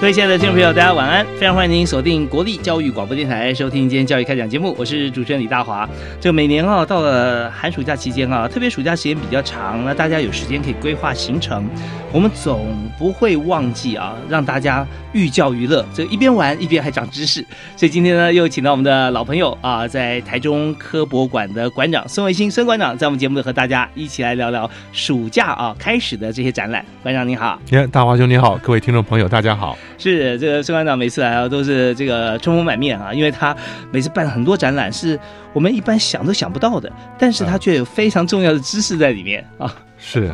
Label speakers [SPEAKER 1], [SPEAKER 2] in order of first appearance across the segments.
[SPEAKER 1] 各位亲爱的听众朋友，大家晚安！非常欢迎您锁定国立教育广播电台收听今天教育开讲节目，我是主持人李大华。这每年啊，到了寒暑假期间啊，特别暑假时间比较长，那大家有时间可以规划行程，我们总不会忘记啊，让大家寓教于乐，这一边玩一边还长知识。所以今天呢，又请到我们的老朋友啊，在台中科博馆的馆长孙维新孙馆长，在我们节目里和大家一起来聊聊暑假啊开始的这些展览。馆长你好。
[SPEAKER 2] 耶，哎大华兄你好，各位听众朋友大家好。
[SPEAKER 1] 是这个孙馆长每次来啊，都是这个春风满面啊，因为他每次办很多展览，是我们一般想都想不到的，但是他却有非常重要的知识在里面啊。
[SPEAKER 2] 是，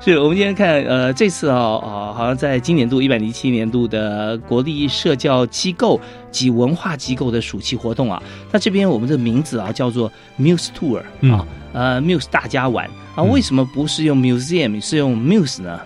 [SPEAKER 1] 是我们今天看，呃，这次啊、哦，啊、好像在今年度一百零七年度的国立社教机构及文化机构的暑期活动啊，那这边我们的名字啊叫做 Muse Tour 啊
[SPEAKER 2] 嗯，
[SPEAKER 1] 呃，Muse 大家玩啊，
[SPEAKER 2] 嗯
[SPEAKER 1] 为什么不是用 museum，是用 Muse 呢？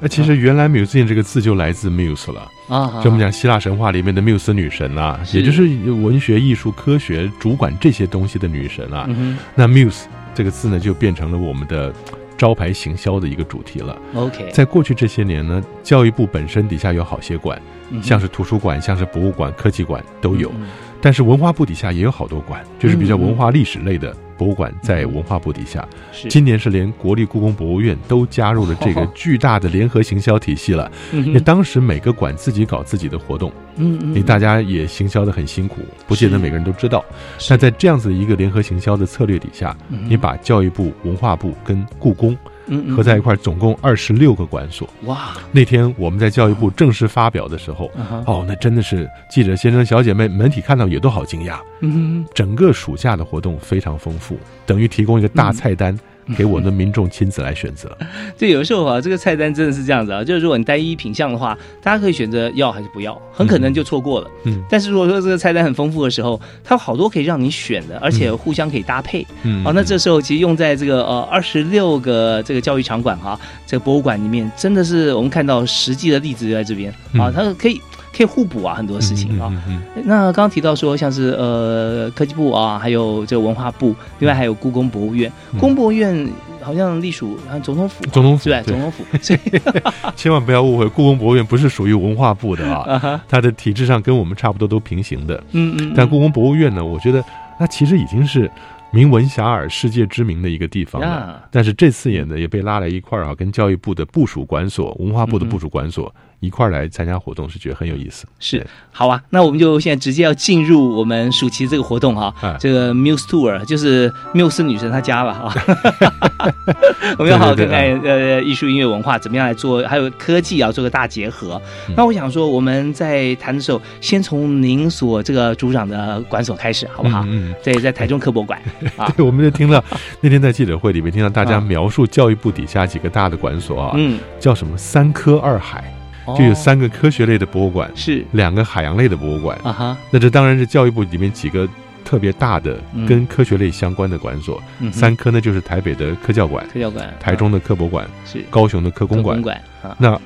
[SPEAKER 2] 那其实原来 museum 这个字就来自 muse 了，
[SPEAKER 1] 啊，
[SPEAKER 2] 就我们讲希腊神话里面的缪斯女神啊，
[SPEAKER 1] 是
[SPEAKER 2] 也就是文学、艺术、科学主管这些东西的女神啊。
[SPEAKER 1] 嗯
[SPEAKER 2] 那 muse 这个字呢，就变成了我们的招牌行销的一个主题了。
[SPEAKER 1] 哼，OK，
[SPEAKER 2] 在过去这些年呢，教育部本身底下有好些馆，
[SPEAKER 1] 嗯哼
[SPEAKER 2] 像是图书馆、像是博物馆、科技馆都有，
[SPEAKER 1] 嗯
[SPEAKER 2] 但是文化部底下也有好多馆，就是比较
[SPEAKER 1] 嗯嗯
[SPEAKER 2] 文化历史类的博物馆，在文化部底下。
[SPEAKER 1] 是
[SPEAKER 2] 今年是连国立故宫博物院都加入了这 个巨大的联合行销体系了。
[SPEAKER 1] 嗯
[SPEAKER 2] 那当时每个馆自己搞自己的活动，
[SPEAKER 1] 嗯嗯
[SPEAKER 2] 你大家也行销的很辛苦，不见得
[SPEAKER 1] 是
[SPEAKER 2] 每个人都知道。
[SPEAKER 1] 是
[SPEAKER 2] 那在这样子的一个联合行销的策略底下，
[SPEAKER 1] 嗯
[SPEAKER 2] 你把教育部、文化部跟故宫
[SPEAKER 1] 嗯嗯
[SPEAKER 2] 合在一块儿，总共二十六个馆所。
[SPEAKER 1] 哇，
[SPEAKER 2] 那天我们在教育部正式发表的时候，
[SPEAKER 1] 嗯哼
[SPEAKER 2] 哦，那真的是记者先生、小姐妹媒体看到也都好惊讶。
[SPEAKER 1] 嗯
[SPEAKER 2] 整个暑假的活动非常丰富，等于提供一个
[SPEAKER 1] 嗯
[SPEAKER 2] 大菜单给我们的民众亲自来选择。
[SPEAKER 1] 哼，对，有时候啊，这个菜单真的是这样子啊，就是如果你单一品相的话，大家可以选择要还是不要，很可能就错过了。
[SPEAKER 2] 嗯
[SPEAKER 1] 但是如果说这个菜单很丰富的时候，它有好多可以让你选的，而且互相可以搭配。
[SPEAKER 2] 嗯
[SPEAKER 1] 哦，那这时候其实用在这个呃二十六个这个教育场馆哈、这个博物馆里面，真的是我们看到实际的例子就在这边啊，
[SPEAKER 2] 嗯
[SPEAKER 1] 它可以可以互补啊，很多事情啊。
[SPEAKER 2] 嗯嗯嗯
[SPEAKER 1] 那刚刚提到说，像是呃科技部啊，还有这个文化部，另外还有故宫博物院。
[SPEAKER 2] 嗯
[SPEAKER 1] 故宫博物院好像隶属好像总统府，
[SPEAKER 2] 总统府
[SPEAKER 1] 是吧？总统府，所以
[SPEAKER 2] 千万不要误会，故宫博物院不是属于文化部的啊，
[SPEAKER 1] 啊哈，
[SPEAKER 2] 它的体制上跟我们差不多都平行的。
[SPEAKER 1] 嗯嗯，
[SPEAKER 2] 但故宫博物院呢，我觉得那其实已经是名闻遐迩、世界知名的一个地方了。
[SPEAKER 1] 呀，
[SPEAKER 2] 但是这次也呢，也被拉来一块儿啊，跟教育部的部属管所、文化部的
[SPEAKER 1] 嗯嗯
[SPEAKER 2] 部属管所一块儿来参加活动，是觉得很有意思。
[SPEAKER 1] 是好啊。那我们就现在直接要进入我们暑期这个活动哈、
[SPEAKER 2] 哎
[SPEAKER 1] 这个 Muse Tour 就是缪斯女神她家了啊。 我们要好好
[SPEAKER 2] 对
[SPEAKER 1] 看
[SPEAKER 2] 对
[SPEAKER 1] 看
[SPEAKER 2] 对
[SPEAKER 1] 呃艺术音乐文化怎么样来做，还有科技啊做个大结合。
[SPEAKER 2] 嗯
[SPEAKER 1] 那我想说我们在谈的时候，先从您所这个组长的馆所开始，好不好？
[SPEAKER 2] 嗯嗯嗯
[SPEAKER 1] 对，在台中科博馆，
[SPEAKER 2] 对，我们就听 了那天在记者会里面听到大
[SPEAKER 1] 啊
[SPEAKER 2] 家描述教育部底下几个大的馆所啊，
[SPEAKER 1] 嗯，
[SPEAKER 2] 叫什么三科二海，
[SPEAKER 1] 哦
[SPEAKER 2] 就有三个科学类的博物馆，
[SPEAKER 1] 是
[SPEAKER 2] 两个海洋类的博物馆。
[SPEAKER 1] 啊哈，
[SPEAKER 2] 那这当然是教育部里面几个特别大的
[SPEAKER 1] 嗯
[SPEAKER 2] 跟科学类相关的馆所。
[SPEAKER 1] 嗯哼嗯
[SPEAKER 2] 三科呢，就是台北的科教馆、
[SPEAKER 1] 科教馆，啊
[SPEAKER 2] 台中的科博馆、
[SPEAKER 1] 是
[SPEAKER 2] 高雄的科工馆。
[SPEAKER 1] 嗯馆啊，
[SPEAKER 2] 那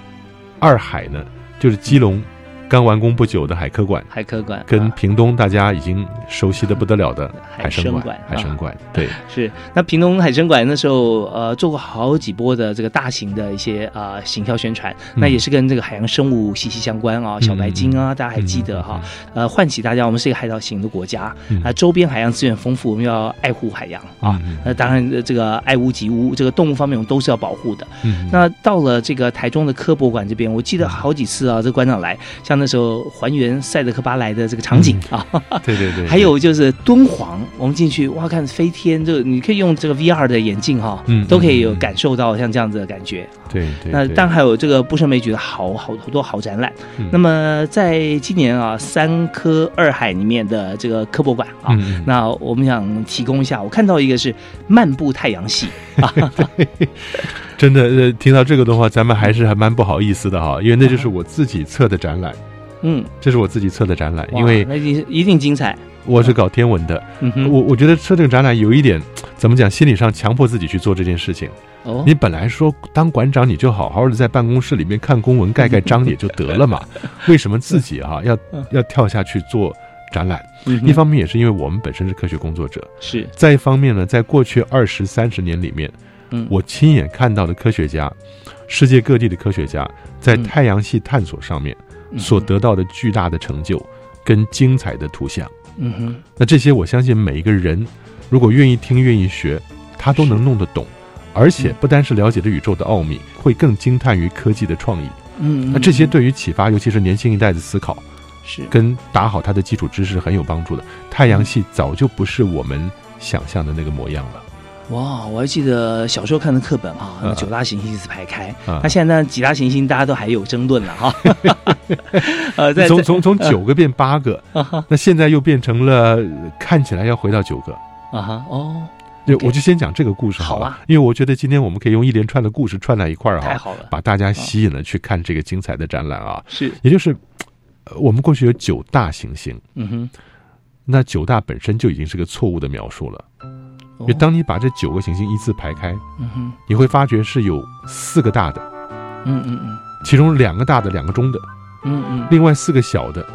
[SPEAKER 2] 二海呢，就是基隆刚完工不久的海科馆。
[SPEAKER 1] 海科馆
[SPEAKER 2] 跟
[SPEAKER 1] 啊
[SPEAKER 2] 屏东大家已经熟悉的不得了的
[SPEAKER 1] 海
[SPEAKER 2] 海
[SPEAKER 1] 参
[SPEAKER 2] 参
[SPEAKER 1] 馆
[SPEAKER 2] 馆，海参
[SPEAKER 1] 啊
[SPEAKER 2] 馆，对，
[SPEAKER 1] 是那屏东海参馆那时候呃做过好几波的这个大型的一些啊、呃行销宣传，那也是跟这个海洋生物息息相关啊、小白鲸啊，大家还记得哈、呃唤起大家我们是一个海岛型的国家啊、
[SPEAKER 2] 嗯
[SPEAKER 1] 周边海洋资源丰富，我们要爱护海洋啊。
[SPEAKER 2] 啊，嗯
[SPEAKER 1] 那当然，呃这个爱屋及乌，这个动物方面我们都是要保护的。
[SPEAKER 2] 嗯
[SPEAKER 1] 那到了这个台中的科博馆这边，我记得好几次啊，这馆长来，像那时候还原赛德克巴莱的这个场景啊。
[SPEAKER 2] 对对对，
[SPEAKER 1] 还有就是敦煌，我们进去哇，看飞天，就你可以用这个 VR 的眼镜哈、
[SPEAKER 2] 嗯
[SPEAKER 1] 都可以有
[SPEAKER 2] 嗯嗯
[SPEAKER 1] 感受到像这样子的感觉。
[SPEAKER 2] 对对，
[SPEAKER 1] 那
[SPEAKER 2] 对
[SPEAKER 1] 当然还有这个布胜枚举的好好好多好展览。
[SPEAKER 2] 嗯
[SPEAKER 1] 那么在今年啊，三科二海里面的这个科博馆啊，
[SPEAKER 2] 嗯，嗯
[SPEAKER 1] 那我们想提供一下，我看到一个是漫步太阳 系，
[SPEAKER 2] 真的呃，听到这个的话，咱们还是还蛮不好意思的哈，因为那就是我自己策的展览，
[SPEAKER 1] 嗯，
[SPEAKER 2] 这是我自己策的展览，
[SPEAKER 1] 哇
[SPEAKER 2] 因为
[SPEAKER 1] 那一定一定精彩，
[SPEAKER 2] 我是搞天文的，
[SPEAKER 1] 嗯哼，
[SPEAKER 2] 我我觉得策这个展览有一点怎么讲，心理上强迫自己去做这件事情。
[SPEAKER 1] 哦
[SPEAKER 2] 你本来说当馆长，你就好好的在办公室里面看公文、盖盖章也就得 了嘛，为什么自己哈、要
[SPEAKER 1] 嗯
[SPEAKER 2] 要跳下去做展览？
[SPEAKER 1] 嗯哼
[SPEAKER 2] 一方面也是因为我们本身是科学工作者，
[SPEAKER 1] 是，
[SPEAKER 2] 再一方面呢，在过去二十三十年里面，
[SPEAKER 1] 嗯，
[SPEAKER 2] 我亲眼看到的科学家，世界各地的科学家在
[SPEAKER 1] 嗯
[SPEAKER 2] 太阳系探索上面
[SPEAKER 1] 嗯
[SPEAKER 2] 所，得到的巨大的成就跟精彩的图像。
[SPEAKER 1] 嗯哼，
[SPEAKER 2] 那这些我相信每一个人，如果愿意听、愿意学，他都能弄得懂，而且
[SPEAKER 1] 嗯
[SPEAKER 2] 不单是了解了宇宙的奥秘，会更惊叹于科技的创意。
[SPEAKER 1] 嗯，
[SPEAKER 2] 那这些对于启发，尤其是年轻一代的思考，
[SPEAKER 1] 是，
[SPEAKER 2] 跟打好他的基础知识很有帮助的。太阳系早就不是我们想象的那个模样了。
[SPEAKER 1] 哇，我还记得小时候看的课本啊，那
[SPEAKER 2] 嗯
[SPEAKER 1] 九大行星一直排开，
[SPEAKER 2] 嗯
[SPEAKER 1] 那现在那几大行星大家都还有争论了哈， 呃，在嗯
[SPEAKER 2] 从
[SPEAKER 1] 在
[SPEAKER 2] 从从九个变八 个，那现在又变成了呃看起来要回到九个。
[SPEAKER 1] 啊哈哦，
[SPEAKER 2] 对，
[SPEAKER 1] OK
[SPEAKER 2] 我就先讲这个故事好了，
[SPEAKER 1] 好啊
[SPEAKER 2] 因为我觉得今天我们可以用一连串的故事串在一块儿
[SPEAKER 1] 太
[SPEAKER 2] 哈，
[SPEAKER 1] 好了，
[SPEAKER 2] 把大家吸引了去看这个精彩的展览啊。
[SPEAKER 1] 是，
[SPEAKER 2] 也就是，呃我们过去有九大行星，
[SPEAKER 1] 嗯哼，
[SPEAKER 2] 那九大本身就已经是个错误的描述了。
[SPEAKER 1] 哦
[SPEAKER 2] 因为当你把这九个行星依次排开，
[SPEAKER 1] 嗯哼，
[SPEAKER 2] 你会发觉是有四个大的，
[SPEAKER 1] 嗯嗯嗯
[SPEAKER 2] 其中两个大的，两个中的，
[SPEAKER 1] 嗯嗯，
[SPEAKER 2] 另外四个小的，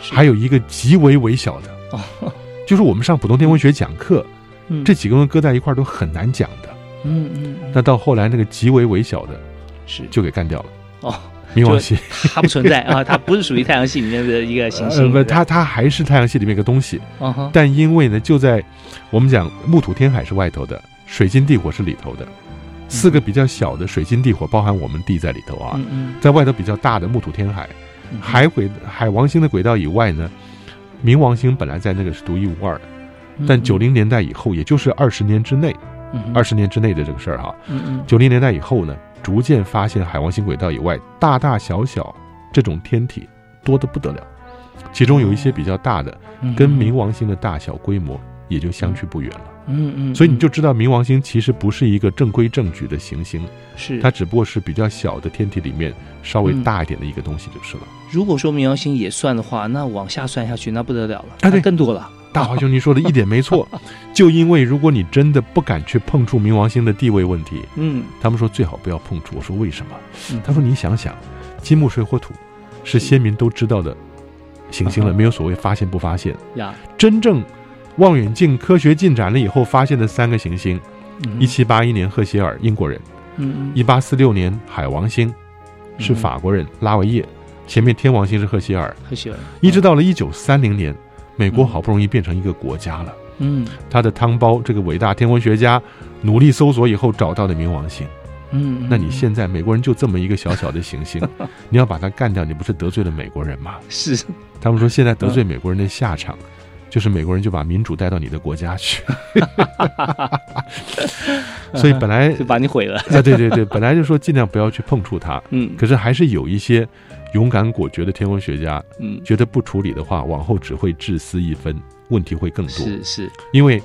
[SPEAKER 1] 是
[SPEAKER 2] 还有一个极为微小的。
[SPEAKER 1] 哦，
[SPEAKER 2] 就是我们上普通天文学讲课，
[SPEAKER 1] 嗯
[SPEAKER 2] 这几个人搁在一块儿都很难讲的。
[SPEAKER 1] 嗯嗯嗯
[SPEAKER 2] 那到后来那个极为微小的
[SPEAKER 1] 是
[SPEAKER 2] 就给干掉了。
[SPEAKER 1] 哦，
[SPEAKER 2] 冥王星，
[SPEAKER 1] 它不存在啊，它不是属于太阳系里面的一个行星，
[SPEAKER 2] 呃不，它它还是太阳系里面一个东西，
[SPEAKER 1] 啊哈，
[SPEAKER 2] 但因为呢，就在我们讲木土天海是外头的，水金地火是里头的，四个比较小的水金地火包含我们地在里头啊，
[SPEAKER 1] 嗯嗯
[SPEAKER 2] 在外头比较大的木土天海，
[SPEAKER 1] 嗯，
[SPEAKER 2] 海轨海王星的轨道以外呢，冥王星本来在那个是独一无二的，
[SPEAKER 1] 嗯
[SPEAKER 2] 但九零年代以后，也就是二十年之内，二
[SPEAKER 1] 十，
[SPEAKER 2] 十年之内的这个事儿哈，
[SPEAKER 1] 嗯嗯
[SPEAKER 2] 九零年代以后呢，逐渐发现海王星轨道以外大大小小这种天体多得不得了，其中有一些比较大的，
[SPEAKER 1] 嗯
[SPEAKER 2] 跟冥，王星的大小规模也就相去不远了。
[SPEAKER 1] 嗯嗯，
[SPEAKER 2] 所以你就知道，冥王星其实不是一个正规正矩的行星，
[SPEAKER 1] 是嗯
[SPEAKER 2] 它只不过是比较小的天体里面稍微大一点的一个东西就是了。
[SPEAKER 1] 如果说冥王星也算的话，那往下算下去，那不得了了，
[SPEAKER 2] 啊对
[SPEAKER 1] 那更多了。
[SPEAKER 2] 大华兄，您说的一点没错，就因为如果你真的不敢去碰触冥王星的地位问题，
[SPEAKER 1] 嗯，
[SPEAKER 2] 他们说最好不要碰触。我说为什么？
[SPEAKER 1] 嗯
[SPEAKER 2] 他说你想想，金木水火土是先民都知道的行星了，
[SPEAKER 1] 嗯
[SPEAKER 2] 没有所谓发现不发现。
[SPEAKER 1] 呀，
[SPEAKER 2] 真正望远镜科学进展了以后发现的三个行星，
[SPEAKER 1] 嗯
[SPEAKER 2] 一，七八一年赫歇尔英国人，
[SPEAKER 1] 嗯
[SPEAKER 2] 一八四六年海王星是
[SPEAKER 1] 嗯
[SPEAKER 2] 法国人拉维耶，前面天王星是赫歇尔，
[SPEAKER 1] 赫歇尔，
[SPEAKER 2] 一直到了一九三零年，美国
[SPEAKER 1] 嗯
[SPEAKER 2] 好不容易变成一个国家了。
[SPEAKER 1] 嗯
[SPEAKER 2] 他的汤包这个伟大天文学家努力搜索以后找到的冥王星。
[SPEAKER 1] 嗯，
[SPEAKER 2] 那你现在美国人就这么一个小小的行星，你要把它干掉，你不是得罪了美国人吗？
[SPEAKER 1] 是
[SPEAKER 2] 他们说现在得
[SPEAKER 1] 嗯
[SPEAKER 2] 罪美国人的下场，就是美国人就把民主带到你的国 家去。 所以 本来
[SPEAKER 1] 就把你毁了。
[SPEAKER 2] 啊，对对对，本来就说尽量不要去碰触它，
[SPEAKER 1] 嗯
[SPEAKER 2] 可是还是有一些勇敢果决的天文学家
[SPEAKER 1] 嗯，
[SPEAKER 2] 觉得不处理的话，往后只会自私一分，问题会更多。
[SPEAKER 1] 是是，
[SPEAKER 2] 因为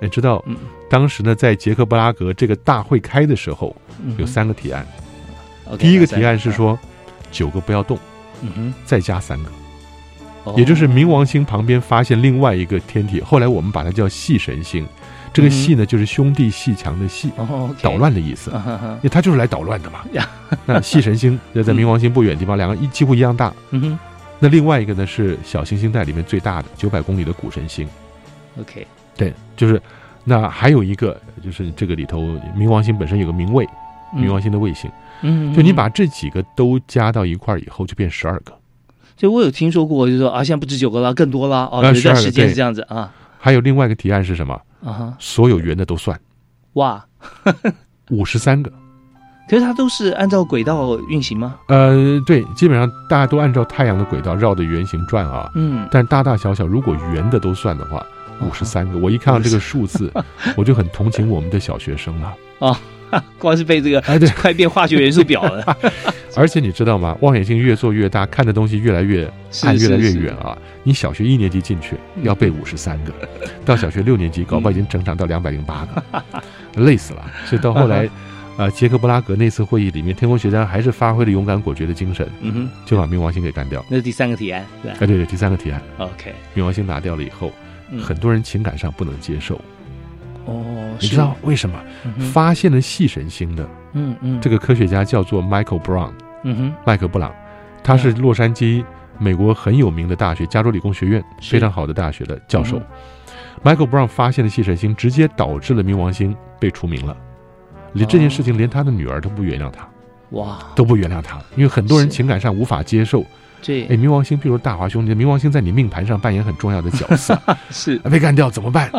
[SPEAKER 2] 你知道
[SPEAKER 1] 嗯，
[SPEAKER 2] 当时呢，在捷克布拉格这个大会开的时候，
[SPEAKER 1] 嗯哼
[SPEAKER 2] 有三个提案。
[SPEAKER 1] OK，
[SPEAKER 2] 第一个
[SPEAKER 1] 那三
[SPEAKER 2] 提案是，说，九个不要动，
[SPEAKER 1] 嗯哼
[SPEAKER 2] 再加三个，，
[SPEAKER 1] 哦
[SPEAKER 2] 也就是冥王星旁边发现另外一个天体，后来我们把它叫系神星。这个
[SPEAKER 1] 嗯
[SPEAKER 2] 系呢，就是兄弟戏强的戏，
[SPEAKER 1] 哦
[SPEAKER 2] 捣，乱的意思
[SPEAKER 1] OK，啊，哈哈
[SPEAKER 2] 因为它就是来捣乱的嘛
[SPEAKER 1] 呀。
[SPEAKER 2] 那系神星就在冥王星不远的地方，两个一几乎一样大。
[SPEAKER 1] 嗯哼
[SPEAKER 2] 那另外一个呢是小行星带里面最大的九百公里的谷神星，
[SPEAKER 1] ，OK，
[SPEAKER 2] 对，就是。那还有一个就是这个里头，冥王星本身有个冥卫，
[SPEAKER 1] 嗯
[SPEAKER 2] 冥王，星的卫星，
[SPEAKER 1] 嗯，嗯
[SPEAKER 2] 就你
[SPEAKER 1] 嗯
[SPEAKER 2] 把这几个都加到一块儿以后，就变十二个。
[SPEAKER 1] 就我有听说过，就说啊，现在不止九个了，更多了哦，
[SPEAKER 2] 啊
[SPEAKER 1] 有一段
[SPEAKER 2] 12个
[SPEAKER 1] 时间
[SPEAKER 2] 对
[SPEAKER 1] 是这样子啊
[SPEAKER 2] 还有另外一个提案是什么？
[SPEAKER 1] 啊哈，
[SPEAKER 2] 所有圆的都算
[SPEAKER 1] 哇，
[SPEAKER 2] 五十三个，
[SPEAKER 1] 可是它都是按照轨道运行吗？
[SPEAKER 2] 呃，对，基本上大家都按照太阳的轨道绕着圆形转啊。
[SPEAKER 1] 嗯，
[SPEAKER 2] 但大大小小，如果圆的都算的话，五嗯十三个。我一看到这个数字， 我就很同情我们的小学生了。
[SPEAKER 1] 光是背这个
[SPEAKER 2] 哎，对，
[SPEAKER 1] 快变化学元素表了，
[SPEAKER 2] 而且你知道吗？望远镜越做越大，看的东西越来越
[SPEAKER 1] 是
[SPEAKER 2] 看越来越。
[SPEAKER 1] 是
[SPEAKER 2] 远
[SPEAKER 1] 是
[SPEAKER 2] 啊！你小学一年级进去要背五十三 个，到小学六年级，
[SPEAKER 1] 嗯
[SPEAKER 2] 搞不好已经整长到两百零八个，累死了。所以到后 来，呃，捷克布拉格那次会议里面，天文学家还是发挥了勇敢果决的精神，
[SPEAKER 1] 嗯哼，
[SPEAKER 2] 就把冥王星给干掉。
[SPEAKER 1] 那是第三个提案，对吧
[SPEAKER 2] 哎，对对，第三个提案，
[SPEAKER 1] ？OK，
[SPEAKER 2] 冥王星拿掉了以后，
[SPEAKER 1] 嗯
[SPEAKER 2] 很多人情感上不能接受。
[SPEAKER 1] 哦，
[SPEAKER 2] 你
[SPEAKER 1] 是
[SPEAKER 2] 知道，为什么？
[SPEAKER 1] 嗯哼
[SPEAKER 2] 发现了细神星的
[SPEAKER 1] 嗯嗯，
[SPEAKER 2] 这
[SPEAKER 1] 个，
[SPEAKER 2] 个科学家叫做 Michael Brown，
[SPEAKER 1] 嗯哼，
[SPEAKER 2] 麦克布朗，他是
[SPEAKER 1] 嗯
[SPEAKER 2] 洛杉矶美国很有名的大学——加州理工学院
[SPEAKER 1] 是
[SPEAKER 2] 非常好的大学的教授
[SPEAKER 1] 嗯。
[SPEAKER 2] Michael Brown 发现了细神星，直接导致了冥王星被除名了。连这
[SPEAKER 1] 哦
[SPEAKER 2] 件事情，连他的女儿都不原谅他，
[SPEAKER 1] 哇，
[SPEAKER 2] 都不原谅他，因为很多人
[SPEAKER 1] 是嗯
[SPEAKER 2] 情感上无法接受。哎，
[SPEAKER 1] 对，
[SPEAKER 2] 冥王星，譬如大华兄弟，冥王星在你命盘上扮演很重要的角色，
[SPEAKER 1] 是，
[SPEAKER 2] 被干掉怎么办？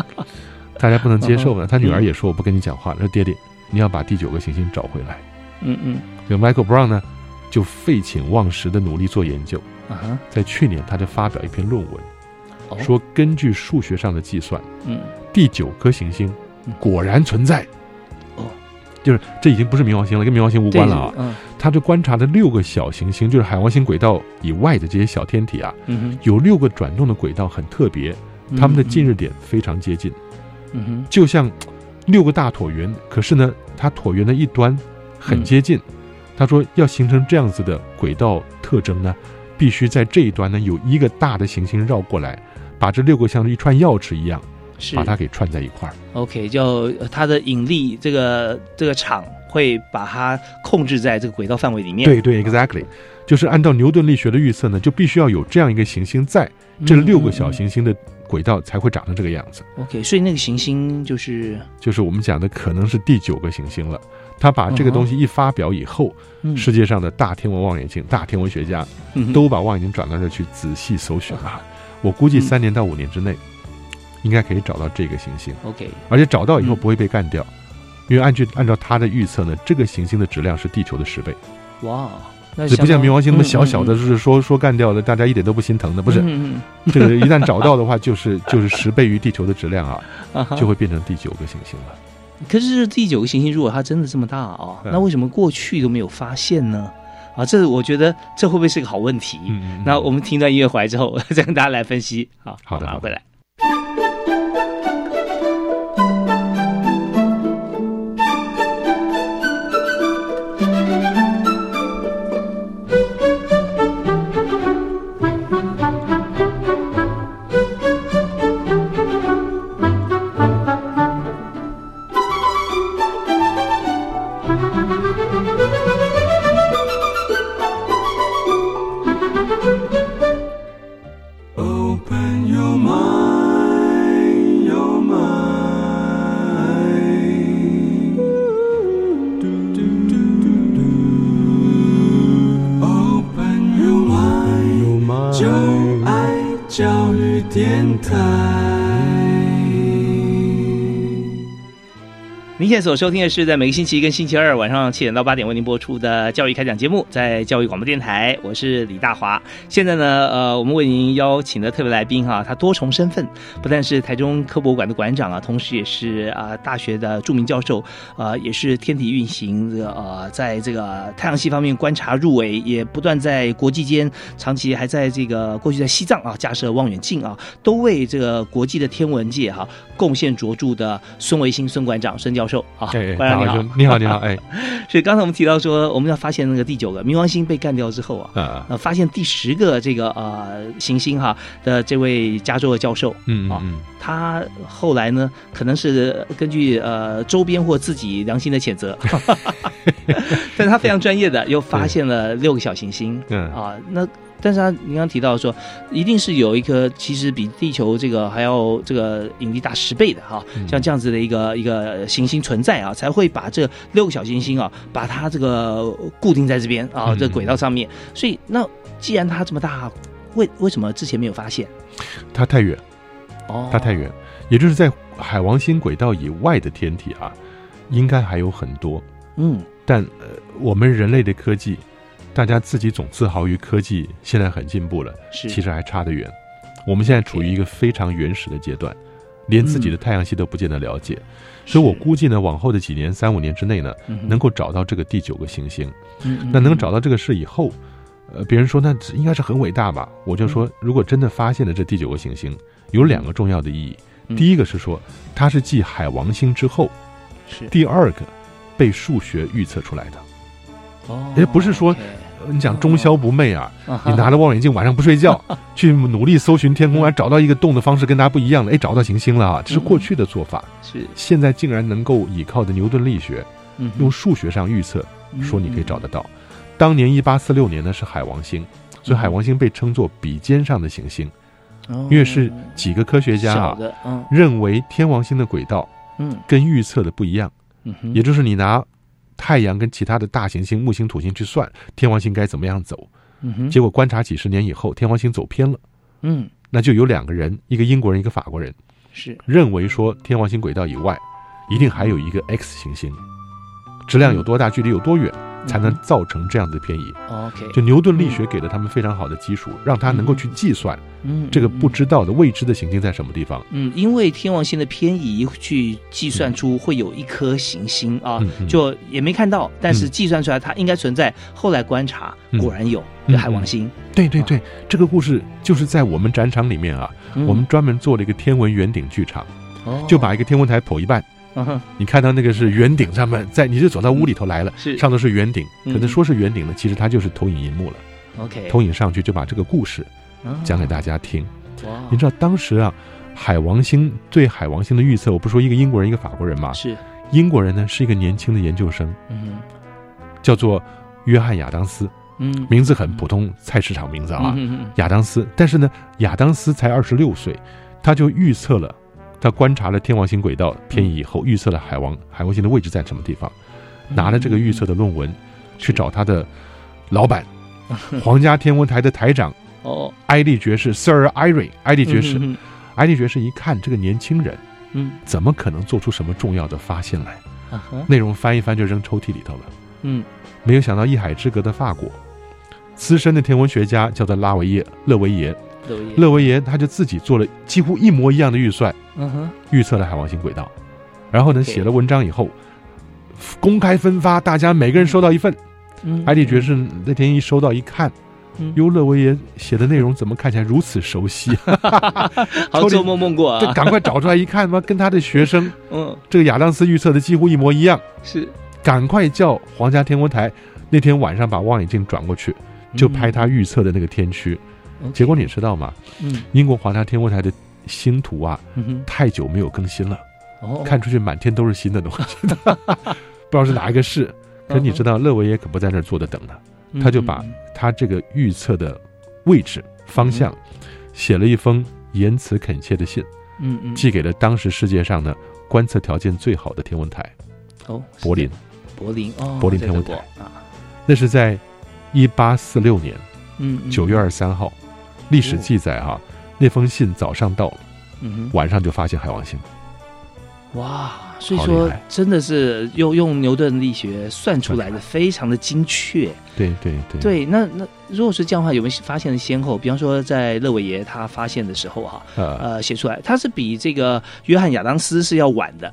[SPEAKER 2] 大家不能接受了。他女儿
[SPEAKER 1] 嗯
[SPEAKER 2] 也说：“我不跟你讲话了。”说：“爹爹，你要把第九个行星找回来。”
[SPEAKER 1] 嗯嗯，
[SPEAKER 2] 这个 Michael Brown 呢，就废寝忘食的努力做研究，
[SPEAKER 1] 啊哈，
[SPEAKER 2] 在去年他就发表一篇论文，
[SPEAKER 1] 哦，
[SPEAKER 2] 说根据数学上的计算，
[SPEAKER 1] 嗯，
[SPEAKER 2] 第九颗行星
[SPEAKER 1] 嗯
[SPEAKER 2] 果然存在。
[SPEAKER 1] 哦，
[SPEAKER 2] 就是这已经不是冥王星了，跟冥王星无关了啊。
[SPEAKER 1] 对，嗯
[SPEAKER 2] 他就观察的六个小行星，就是海王星轨道以外的这些小天体啊，
[SPEAKER 1] 嗯
[SPEAKER 2] 有六个转动的轨道很特别，
[SPEAKER 1] 哼，
[SPEAKER 2] 它们的近
[SPEAKER 1] 日，
[SPEAKER 2] 日点非常接近，
[SPEAKER 1] 嗯哼，
[SPEAKER 2] 就像嘖六个大椭圆，可是呢，它椭圆的一端很接近。他说，要形成这样子的轨道特征呢，必须在这一端呢有一个大的行星绕过来，把这六个像一串钥匙一样，
[SPEAKER 1] 是
[SPEAKER 2] 把它给串在一块儿。
[SPEAKER 1] OK，就呃它的引力这个这个场会把它控制在这个轨道范围里面。
[SPEAKER 2] 对对，exactly，就是按照牛顿力学的预测呢，就必须要有这样一个行星在
[SPEAKER 1] 嗯，
[SPEAKER 2] 这六个小
[SPEAKER 1] 嗯
[SPEAKER 2] 行星的轨道才会长成这个样子。
[SPEAKER 1] 嗯 OK，所以那个行星就是
[SPEAKER 2] 就是我们讲的，可能是第九个行星了。他把这个
[SPEAKER 1] 嗯哼嗯
[SPEAKER 2] 东西一发表以后，世界上的大天文望远镜、大天文学家都把望远镜转到这儿去仔细搜寻啊。我估计
[SPEAKER 1] 嗯
[SPEAKER 2] 三年到五年之内，应该可以找到这个行星，
[SPEAKER 1] OK
[SPEAKER 2] 而且找到以后
[SPEAKER 1] 嗯
[SPEAKER 2] 不会被干掉，因为按据按照他的预测呢，这个行星的质量是地球的十倍，
[SPEAKER 1] 哇，那
[SPEAKER 2] 这不像冥王星那么小小的，
[SPEAKER 1] 嗯，嗯
[SPEAKER 2] 就是说说干掉了，大家一点都不心疼的，不是
[SPEAKER 1] 嗯？嗯
[SPEAKER 2] 这个一旦找到的话， 就是就是十倍于地球的质量啊，
[SPEAKER 1] 嗯啊哈
[SPEAKER 2] 就会变成第九个行星了。
[SPEAKER 1] 可是第九个行星如果它真的这么大啊，
[SPEAKER 2] 嗯
[SPEAKER 1] 那为什么过去都没有发现呢？啊，这我觉得这会不会是个好问题？
[SPEAKER 2] 嗯
[SPEAKER 1] 那我们听段音乐回来之后， 再跟大家来分析。好，
[SPEAKER 2] 好的
[SPEAKER 1] 马上回来。
[SPEAKER 3] Open your mind, your mind. Do, do, do, do, do. Open your mind，就
[SPEAKER 2] 嗯哎
[SPEAKER 3] 爱教育电台。
[SPEAKER 1] 您现在所收听的是在每个星期一跟星期二晚上七点到八点为您播出的教育开讲节目，在教育广播电台，我是李大华。现在呢，呃，我们为您邀请的特别来宾哈、他多重身份，不但是台中科博馆的馆长啊，同时也是啊、大学的著名教授，呃，也是天体运行这个呃，在这个太阳系方面观察入围，也不断在国际间长期还在这个过去在西藏啊架设望远镜啊，都为这个国际的天文界哈、贡献卓著的孙维新孙馆长孙教授啊，
[SPEAKER 2] 哎，哎
[SPEAKER 1] 馆
[SPEAKER 2] 大
[SPEAKER 1] 长你
[SPEAKER 2] 华
[SPEAKER 1] 好
[SPEAKER 2] 兄，。你好，你好，哎，
[SPEAKER 1] 所以刚才我们提到说，我们要发现那个第九个冥王星被干掉之后啊。
[SPEAKER 2] 啊，
[SPEAKER 1] 呃，发现第十个这个呃行星哈的这位加州的教授，
[SPEAKER 2] 嗯
[SPEAKER 1] 啊
[SPEAKER 2] 嗯嗯，
[SPEAKER 1] 他后来呢，可能是根据呃周边或自己良心的谴责， 但他非常专业的又发现了六个小行星
[SPEAKER 2] 嗯
[SPEAKER 1] 啊，那。但是他，您刚提到说，一定是有一颗其实比地球这个还要这个引力大十倍的哈、
[SPEAKER 2] 嗯
[SPEAKER 1] 像这样子的一个一个行星存在啊，才会把这六个小行星啊，把它这个固定在这边啊，
[SPEAKER 2] 嗯
[SPEAKER 1] 这轨道上面。所以，那既然它这么大，为为什么之前没有发现？
[SPEAKER 2] 它嗯太远，
[SPEAKER 1] 哦，
[SPEAKER 2] 它太远，也就是在海王星轨道以外的天体啊，应该还有很多。
[SPEAKER 1] 嗯，
[SPEAKER 2] 但呃，我们人类的科技，大家自己总自豪于科技现在很进步了，
[SPEAKER 1] 是，
[SPEAKER 2] 其实还差得远。我们现在处于一个非常原始的阶段，连自
[SPEAKER 1] 嗯
[SPEAKER 2] 己的太阳系都不见得了解。所以我估计呢，往后的几年三五年之内呢，能
[SPEAKER 1] 能
[SPEAKER 2] 够找到这个第九个行星。
[SPEAKER 1] 那
[SPEAKER 2] 那能找到这个事以后，呃，别人说那应该是很伟大吧？我就说，如果真的发现了这第九个行星，有两个重要的意义。
[SPEAKER 1] 嗯
[SPEAKER 2] 第一个是说，它是继海王星之后
[SPEAKER 1] 是
[SPEAKER 2] 第二个被数学预测出来的。
[SPEAKER 1] 哦，
[SPEAKER 2] 哎不是说
[SPEAKER 1] OK
[SPEAKER 2] 呃你讲终宵不寐啊，
[SPEAKER 1] 啊哈
[SPEAKER 2] 你拿着望远镜晚上不睡觉，去努力搜寻天空啊，找到一个动的方式跟大家不一样的，哎，找到行星了啊，这是过去的做法。
[SPEAKER 1] 是
[SPEAKER 2] 现在竟然能够倚靠着牛顿力学，
[SPEAKER 1] 嗯
[SPEAKER 2] 用数学上预测，
[SPEAKER 1] 哼
[SPEAKER 2] 说你可以找得到。当年一八四六年呢是海王星，所以海王星被称作比肩上的行星，
[SPEAKER 1] 嗯
[SPEAKER 2] 因为是几个科学家
[SPEAKER 1] 小
[SPEAKER 2] 啊
[SPEAKER 1] 的，嗯
[SPEAKER 2] 认为天王星的轨道
[SPEAKER 1] 嗯
[SPEAKER 2] 跟预测的不一样，
[SPEAKER 1] 嗯哼，
[SPEAKER 2] 也就是你拿太阳跟其他的大行星木星、土星去算天王星该怎么样走，
[SPEAKER 1] 嗯哼，
[SPEAKER 2] 结果观察几十年以后，天王星走偏了，
[SPEAKER 1] 嗯
[SPEAKER 2] 那就有两个人，一个英国人，一个法国人，
[SPEAKER 1] 是
[SPEAKER 2] 认为说天王星轨道以外，一定还有一个 X 行星，质量有多大，距离有多远，才能造成这样的偏移。
[SPEAKER 1] 嗯 OK，
[SPEAKER 2] 就牛顿力学给了他们非常好的基础，让他能够去计算
[SPEAKER 1] 嗯
[SPEAKER 2] 这个不知道的未知的行星在什么地方。
[SPEAKER 1] 嗯，因为天王星的偏移去计算出会有一颗行星啊
[SPEAKER 2] 嗯，嗯
[SPEAKER 1] 就也没看到，但是
[SPEAKER 2] 嗯
[SPEAKER 1] 计算出来它应该存在。后来观察，
[SPEAKER 2] 嗯
[SPEAKER 1] 果然有
[SPEAKER 2] 嗯
[SPEAKER 1] 有海王星。
[SPEAKER 2] 对对对，这个故事就是在我们展场里面啊，
[SPEAKER 1] 嗯
[SPEAKER 2] 我们专门做了一个天文圆顶剧场，
[SPEAKER 1] 哦
[SPEAKER 2] 就把一个天文台剖一半，
[SPEAKER 1] 嗯哼
[SPEAKER 2] 你看到那个是圆顶上面，在你就走到屋里头来了，
[SPEAKER 1] 是
[SPEAKER 2] 上头是圆顶，可
[SPEAKER 1] 嗯
[SPEAKER 2] 能说是圆顶呢，其实它就是投影荧幕了，
[SPEAKER 1] OK
[SPEAKER 2] 投影上去就把这个故事讲给大家听。
[SPEAKER 1] 家。哇
[SPEAKER 2] 你知道当时啊，海王星对海王星的预测，我不是说一个英国人一个法国人吗？
[SPEAKER 1] 是
[SPEAKER 2] 英国人呢是一个年轻的研究生，
[SPEAKER 1] 嗯
[SPEAKER 2] 叫做约翰亚当斯，
[SPEAKER 1] 嗯
[SPEAKER 2] 名字很普通，菜市场名字啊，
[SPEAKER 1] 嗯嗯
[SPEAKER 2] 亚当斯。但是呢，亚当斯才二十六岁，他就预测了，他观察了天王星轨道偏移以后，预测了海王海王星的位置在什么地方，
[SPEAKER 1] 嗯
[SPEAKER 2] 拿了这个预测的论文去找他的老 板，皇家天文台的台长
[SPEAKER 1] 哦，
[SPEAKER 2] 埃利爵士 Sir Iry 埃利爵士，
[SPEAKER 1] 嗯
[SPEAKER 2] 埃利爵士一看这个年轻人。
[SPEAKER 1] 嗯
[SPEAKER 2] 怎么可能做出什么重要的发现来？
[SPEAKER 1] 嗯啊哈
[SPEAKER 2] 内容翻一翻就扔抽屉里头了。
[SPEAKER 1] 嗯
[SPEAKER 2] 没有想到一海之隔的法国，资深的天文学家叫做拉维耶勒维耶
[SPEAKER 1] 乐耶
[SPEAKER 2] 勒维耶，他就自己做了几乎一模一样的预算，
[SPEAKER 1] 嗯哼
[SPEAKER 2] 预测了海王星轨道，然后呢
[SPEAKER 1] OK
[SPEAKER 2] 写了文章以后。公开分发，大家每个人收到一份。
[SPEAKER 1] 嗯
[SPEAKER 2] 埃利爵士那天一收到一看，
[SPEAKER 1] 嗯
[SPEAKER 2] 哟，勒维耶写的内容怎么看起来如此熟悉？
[SPEAKER 1] 好
[SPEAKER 2] 抽
[SPEAKER 1] 做
[SPEAKER 2] 屉
[SPEAKER 1] 梦梦过
[SPEAKER 2] 这
[SPEAKER 1] 啊，
[SPEAKER 2] 赶快找出来一看嘛，跟他的学生
[SPEAKER 1] 嗯
[SPEAKER 2] 这个亚当斯预测的几乎一模一样。
[SPEAKER 1] 是
[SPEAKER 2] 赶快叫皇家天文台那天晚上把望远镜转过去，就拍他预测的那个天区。
[SPEAKER 1] 嗯
[SPEAKER 2] 结果你知道吗？
[SPEAKER 1] 嗯
[SPEAKER 2] 英国皇家天文台的星图啊，
[SPEAKER 1] 嗯哼
[SPEAKER 2] 太久没有更新了，
[SPEAKER 1] 哦
[SPEAKER 2] 看出去满天都是新的 东西，不知道是哪一个市。可你知道，勒维耶可不在那儿坐着等呢，他就把
[SPEAKER 1] 嗯
[SPEAKER 2] 他这个预测的位置、方向，写了一封言辞恳切的信，
[SPEAKER 1] 嗯嗯
[SPEAKER 2] 寄给了当时世界上呢观测条件最好的天文台
[SPEAKER 1] 哦是
[SPEAKER 2] 柏林。
[SPEAKER 1] 柏林哦
[SPEAKER 2] 柏林
[SPEAKER 1] 在
[SPEAKER 2] 天文
[SPEAKER 1] 德国
[SPEAKER 2] 台
[SPEAKER 1] 啊
[SPEAKER 2] 那是在一八四六年。
[SPEAKER 1] 嗯嗯
[SPEAKER 2] 九月二十三号，历史记载哈、那封信早上到，
[SPEAKER 1] 嗯哼
[SPEAKER 2] 晚上就发现海王星。
[SPEAKER 1] 哇，所以
[SPEAKER 2] 好厉
[SPEAKER 1] 说
[SPEAKER 2] 害
[SPEAKER 1] 真的是用用牛顿力学算出来的，非常的精确。
[SPEAKER 2] 对对对，
[SPEAKER 1] 对，那那如果是这样的话，有没有发现的先后？比方说在勒维耶他发现的时候哈、
[SPEAKER 2] 呃，
[SPEAKER 1] 呃，写出来他是比这个约翰亚当斯是要晚的。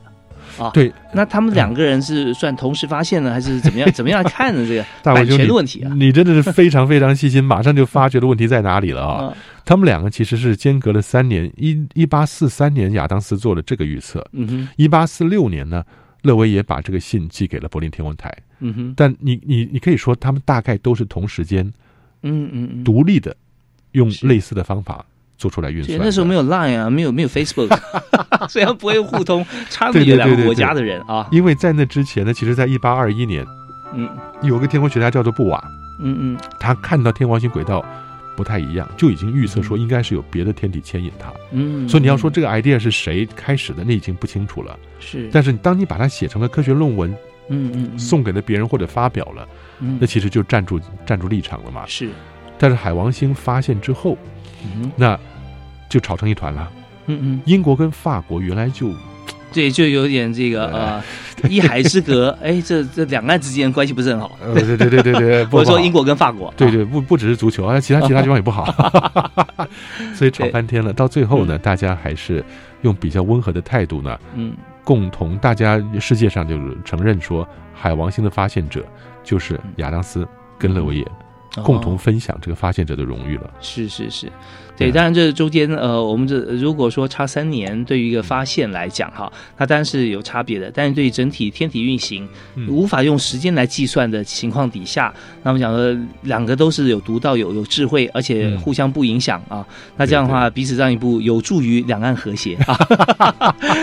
[SPEAKER 1] 啊
[SPEAKER 2] 对，
[SPEAKER 1] 那他们两个人是算同时发现呢，还是怎么样？怎么样看的这个
[SPEAKER 2] 大伟
[SPEAKER 1] 版
[SPEAKER 2] 兄
[SPEAKER 1] 权
[SPEAKER 2] 弟嗯
[SPEAKER 1] 的问题啊？
[SPEAKER 2] 你真的是非常非常细心，马上就发觉了问题在哪里了啊！
[SPEAKER 1] 啊，
[SPEAKER 2] 他们两个其实是间隔了三年，一一八四三年亚当斯做了这个预测，
[SPEAKER 1] 嗯哼，
[SPEAKER 2] 一八四六年呢。勒维也把这个信寄给了柏林天文台，
[SPEAKER 1] 嗯哼，
[SPEAKER 2] 但你你你可以说他们大概都是同时间
[SPEAKER 1] 嗯嗯嗯。
[SPEAKER 2] 独立的，用
[SPEAKER 1] 是
[SPEAKER 2] 类似的方法做出来运
[SPEAKER 1] 对，
[SPEAKER 2] 算的。
[SPEAKER 1] 那时候没有 Line 啊，没有没有 Facebook，虽然不会互通，差不多
[SPEAKER 2] 对对
[SPEAKER 1] 两个
[SPEAKER 2] 对对
[SPEAKER 1] 国家的人啊。
[SPEAKER 2] 因为在那之前呢，其实在一八二一年，
[SPEAKER 1] 嗯
[SPEAKER 2] 有个天文学家叫做布瓦，
[SPEAKER 1] 嗯嗯，
[SPEAKER 2] 他看到天王星轨道不太一样，就已经预测说应该是有别的天体牵引它。
[SPEAKER 1] 嗯，
[SPEAKER 2] 所以你要说这个 idea 是谁开始的，那已经不清楚了。
[SPEAKER 1] 是，
[SPEAKER 2] 但是当你把它写成了科学论文，
[SPEAKER 1] 嗯嗯嗯
[SPEAKER 2] 送给了别人或者发表了，
[SPEAKER 1] 嗯
[SPEAKER 2] 那其实就站住站住立场了嘛。
[SPEAKER 1] 是，
[SPEAKER 2] 但是海王星发现之后，
[SPEAKER 1] 嗯
[SPEAKER 2] 那就吵成一团了。
[SPEAKER 1] 嗯嗯，
[SPEAKER 2] 英国跟法国原来就
[SPEAKER 1] 对，就有点这个呃一海之隔，哎，这这两岸之间关系不是很好。
[SPEAKER 2] 呃，对对对对 对，不
[SPEAKER 1] 我说英
[SPEAKER 2] 国，
[SPEAKER 1] 国跟法国，
[SPEAKER 2] 对对，不不只是足球啊，其他其他地方也 不好，所以吵翻天了。到最后呢，大家还是用比较温和的态度呢，
[SPEAKER 1] 嗯
[SPEAKER 2] 共同大家世界上就是承认说，海王星的发现者就是亚当斯跟勒维耶，共同分享这个发现者的荣誉了。
[SPEAKER 1] 哦是是是，对，
[SPEAKER 2] 对
[SPEAKER 1] 当然这中间呃，我们这如果说差三年，对
[SPEAKER 2] 嗯
[SPEAKER 1] 于一个发现来讲哈，它当然是有差别的，但是对于整体天体运行
[SPEAKER 2] 嗯
[SPEAKER 1] 无法用时间来计算的情况底下，那我们讲说两个都是有独到有有智慧，而且
[SPEAKER 2] 嗯
[SPEAKER 1] 互相不影响啊，那这样的话彼此让一步，有助于两岸和谐 啊，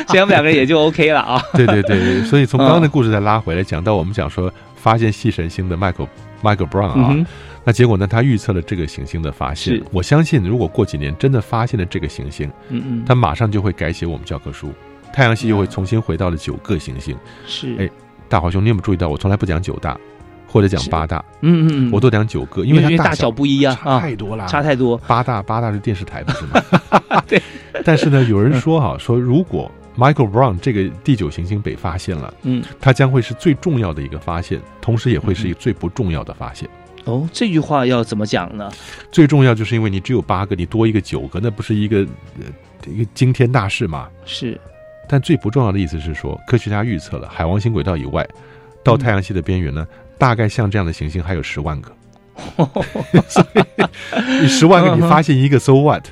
[SPEAKER 1] 所以我们两个也就 OK 了啊，
[SPEAKER 2] 对对对，所以从刚刚的故事再拉回来，讲到我们讲说发现系神星的 Michael Michael Brown 啊，
[SPEAKER 1] 嗯哼，
[SPEAKER 2] 那结果呢，他预测了这个行星的发现
[SPEAKER 1] 是。
[SPEAKER 2] 我相信，如果过几年真的发现了这个行星，
[SPEAKER 1] 嗯嗯，
[SPEAKER 2] 他马上就会改写我们教科书，太阳系又会重新回到了九个行星。
[SPEAKER 1] 是，
[SPEAKER 2] 哎大华兄，你有没有注意到，我从来不讲九大，或者讲
[SPEAKER 1] 是
[SPEAKER 2] 八大，
[SPEAKER 1] 嗯嗯嗯，
[SPEAKER 2] 我都讲九个，
[SPEAKER 1] 因
[SPEAKER 2] 因为它
[SPEAKER 1] 为大
[SPEAKER 2] 小
[SPEAKER 1] 小不一啊
[SPEAKER 2] 差
[SPEAKER 1] 啊，
[SPEAKER 2] 太多了，
[SPEAKER 1] 差太多，
[SPEAKER 2] 八大八大是电视台不是 吗？
[SPEAKER 1] 对。
[SPEAKER 2] 但是呢，有人说哈、说如果 Michael Brown 这个第九行星被发现了，
[SPEAKER 1] 嗯，
[SPEAKER 2] 它将会是最重要的一个发现，同时也会是一个最不重要的发现。
[SPEAKER 1] 哦，这句话要怎么讲呢？
[SPEAKER 2] 最重要就是因为你只有八个，你多一个九个，那不是一个呃一个惊天大事吗？
[SPEAKER 1] 是，
[SPEAKER 2] 但最不重要的意思是说，科学家预测了海王星轨道以外，到太阳系的边缘呢，大概像这样的行星还有十万 个。你十万
[SPEAKER 1] 嗯
[SPEAKER 2] 个，你发现一个，so what？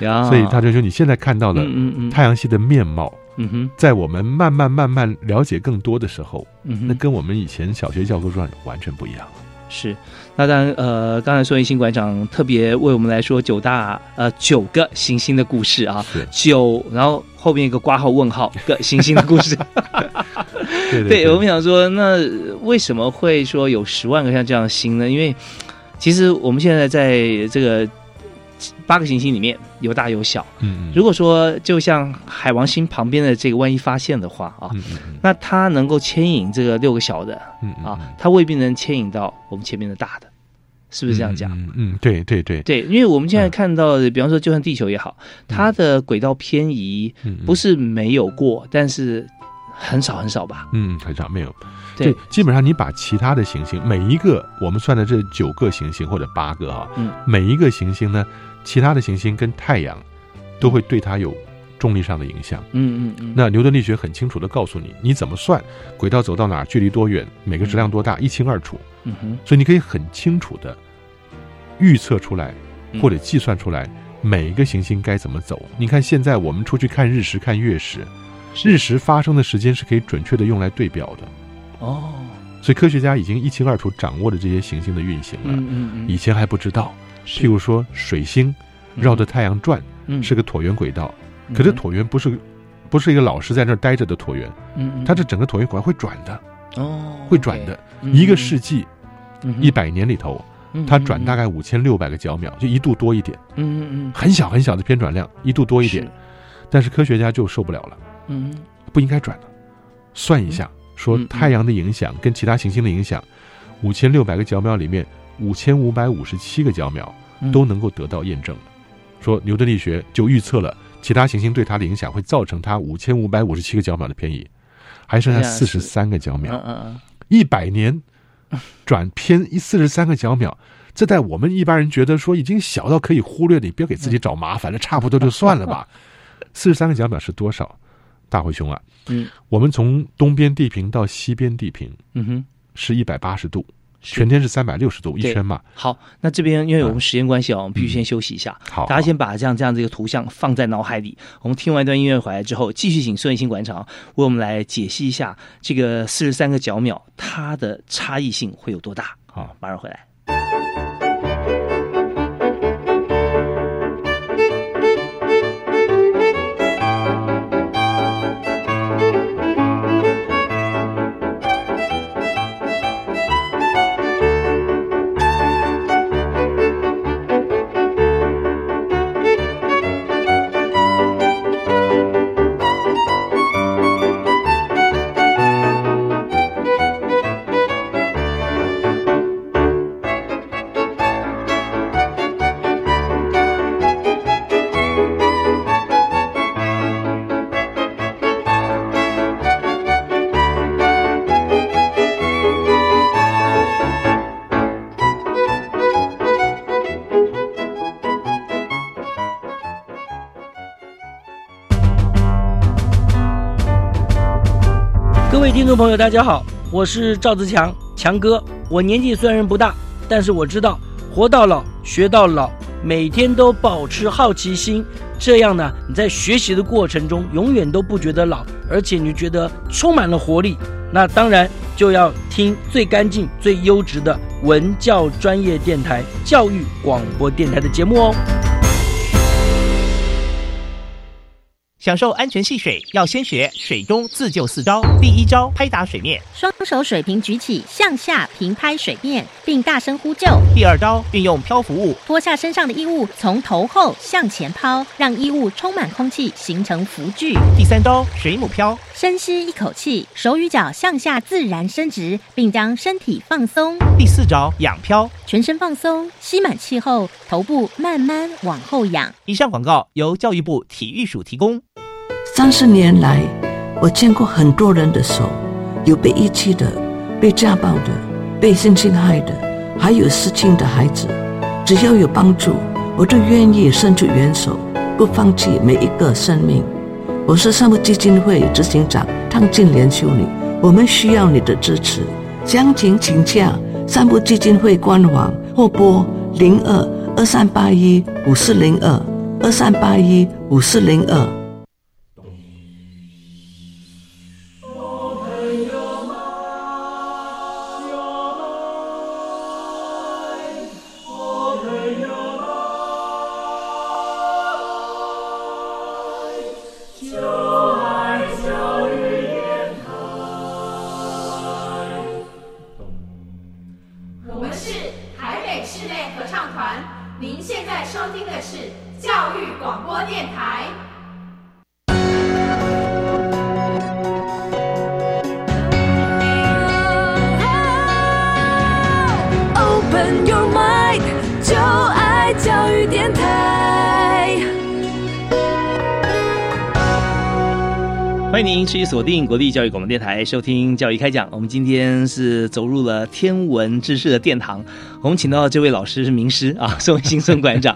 [SPEAKER 1] 呀
[SPEAKER 2] 所以大哲兄，你现在看到的
[SPEAKER 1] 啊嗯嗯嗯，
[SPEAKER 2] 太阳系的面貌，
[SPEAKER 1] 嗯哼，
[SPEAKER 2] 在我们慢慢慢慢了解更多的时候，
[SPEAKER 1] 嗯
[SPEAKER 2] 那
[SPEAKER 1] 哼，
[SPEAKER 2] 跟我们以前小学教科书上完全不一样了。
[SPEAKER 1] 是。那当然，呃，刚才孙维新馆长特别为我们来说九大呃九个行星的故事啊，
[SPEAKER 2] 是，
[SPEAKER 1] 九，然后后面一个挂号问号个行星的故事。
[SPEAKER 2] 对
[SPEAKER 1] 对我们想说，那为什么会说有十万个像这样的星呢？因为其实我们现在在这个八个行星里面有大有小。
[SPEAKER 2] 嗯嗯，
[SPEAKER 1] 如果说就像海王星旁边的这个，万一发现的话啊，
[SPEAKER 2] 嗯嗯
[SPEAKER 1] 那它能够牵引这个六个小的，
[SPEAKER 2] 嗯嗯
[SPEAKER 1] 啊，它未必能牵引到我们前面的大的，是不是这样讲？
[SPEAKER 2] 嗯嗯，对对对，
[SPEAKER 1] 对，因为我们现在
[SPEAKER 2] 嗯
[SPEAKER 1] 看到的，比方说，就算地球也好，它的轨道偏移不
[SPEAKER 2] 是，
[SPEAKER 1] 是没有过，但是很少很少吧？
[SPEAKER 2] 嗯，很少没有。
[SPEAKER 1] 对，
[SPEAKER 2] 基本上你把其他的行星每一个，我们算的这九个行星或者八个啊，
[SPEAKER 1] 嗯
[SPEAKER 2] 每一个行星呢，其他的行星跟太阳都会对它有重力上的影响。
[SPEAKER 1] 嗯嗯嗯，
[SPEAKER 2] 那牛顿力学很清楚的告诉你，你怎么算轨道走到哪儿，距离多远，每个质量多大，一清二楚。
[SPEAKER 1] 嗯哼，
[SPEAKER 2] 所以你可以很清楚的预测出来
[SPEAKER 1] 嗯
[SPEAKER 2] 或者计算出来每一个行星该怎么走。你看现在我们出去看日食、看月食，
[SPEAKER 1] 是
[SPEAKER 2] 日食发生的时间是可以准确的用来对表的，
[SPEAKER 1] 哦，
[SPEAKER 2] 所以科学家已经一清二楚掌握了这些行星的运行了。
[SPEAKER 1] 嗯嗯嗯，
[SPEAKER 2] 啊以前还不知道，
[SPEAKER 1] 是
[SPEAKER 2] 譬如说水星绕着太阳转
[SPEAKER 1] 嗯
[SPEAKER 2] 是个椭圆轨道，可是，椭圆不是。不是一个老师在那儿待着的椭圆，
[SPEAKER 1] 嗯嗯嗯
[SPEAKER 2] 它这整个椭圆轨道会转的，
[SPEAKER 1] 哦嗯
[SPEAKER 2] 会转的。一个世纪一百年里头，它转大
[SPEAKER 1] 概
[SPEAKER 2] 概五千六百个角秒，就一度多一点，
[SPEAKER 1] 嗯嗯嗯嗯
[SPEAKER 2] 很小很小的偏转量，一度多一点
[SPEAKER 1] 是。
[SPEAKER 2] 但是科学家就受不了了，
[SPEAKER 1] 嗯嗯
[SPEAKER 2] 不应该转了。算一下，说
[SPEAKER 1] 嗯嗯
[SPEAKER 2] 太阳的影响跟其他行星的影响，五千六百个角秒里面，五千五百五十七个角秒
[SPEAKER 1] 嗯
[SPEAKER 2] 都能够得到验证了。说牛顿力学就预测了其他行星对它的影响会造成它五千五百五十七个角秒的偏移，还剩下
[SPEAKER 1] 哎呀
[SPEAKER 2] 四
[SPEAKER 1] 是
[SPEAKER 2] 十三个角秒
[SPEAKER 1] 嗯。嗯嗯
[SPEAKER 2] 一 百年转偏一四十三个角秒，这在我们一般人觉得说已经小到可以忽略的，你不要给自己找麻烦
[SPEAKER 1] 嗯
[SPEAKER 2] 了，差不多就算 了吧。四十三个角秒是多少？大灰熊啊，
[SPEAKER 1] 嗯，
[SPEAKER 2] 我们从东边地平到西边地平
[SPEAKER 1] 嗯哼，
[SPEAKER 2] 是一百八十度，
[SPEAKER 1] 是
[SPEAKER 2] 全天是三百六十度一
[SPEAKER 1] 对
[SPEAKER 2] 圈嘛。
[SPEAKER 1] 好，那这边因为我们时间关系啊，我们必须
[SPEAKER 2] 嗯
[SPEAKER 1] 先休息一下。
[SPEAKER 2] 好，
[SPEAKER 1] 大家先把这样这样的一个图像放在脑海里。我们听完一段音乐回来之后，继续请孙艺兴馆长为我们来解析一下这个四十三个角秒它的差异性会有多大。
[SPEAKER 2] 好，
[SPEAKER 1] 马上回来。
[SPEAKER 4] 各位听众朋友，大家好，我是赵自强，强哥。我年纪虽然不大，但是我知道活到老学到老，每天都保持好奇心，这样呢，你在学习的过程中永远都不觉得老，而且你觉得充满了活力。那当然就要听最干净、最优质的文教专业电台教育广播电台的节目哦。
[SPEAKER 5] 享受安全戏水，要先学水中自救四招。第一招，拍打水面；
[SPEAKER 6] 双手水平举起，向下平拍水面，并大声呼救。
[SPEAKER 5] 第二招，运用漂浮物；
[SPEAKER 6] 脱下身上的衣物，从头后向前抛，让衣物充满空气，形成浮具。
[SPEAKER 5] 第三招，水母漂；
[SPEAKER 6] 深吸一口气，手与脚向下自然伸直，并将身体放松，
[SPEAKER 5] 第四招，仰漂。
[SPEAKER 6] 全身放松，吸满气后，头部慢慢往后仰。
[SPEAKER 5] 以上广告由教育部体育署提供。
[SPEAKER 7] 三十年来，我见过很多人的手，有被遗弃的，被家暴的，被性侵害的，还有失亲的孩子。只要有帮助，我都愿意伸出援手，不放弃每一个生命。我是善牧基金会执行长汤静莲修女，我们需要你的支持。详情请洽善牧基金会官网或拨零二二三八一五四零二二三八一五四零二。
[SPEAKER 8] 我们是台北室内合唱团，您现在收听的是教育广播电台。
[SPEAKER 9] Open your mind，就爱教育电台。
[SPEAKER 1] 欢迎您持续锁定国立教育广播电台收听《教育开讲》。我们今天是走入了天文知识的殿堂，我们请到这位老师是名师啊，宋新孙馆 长。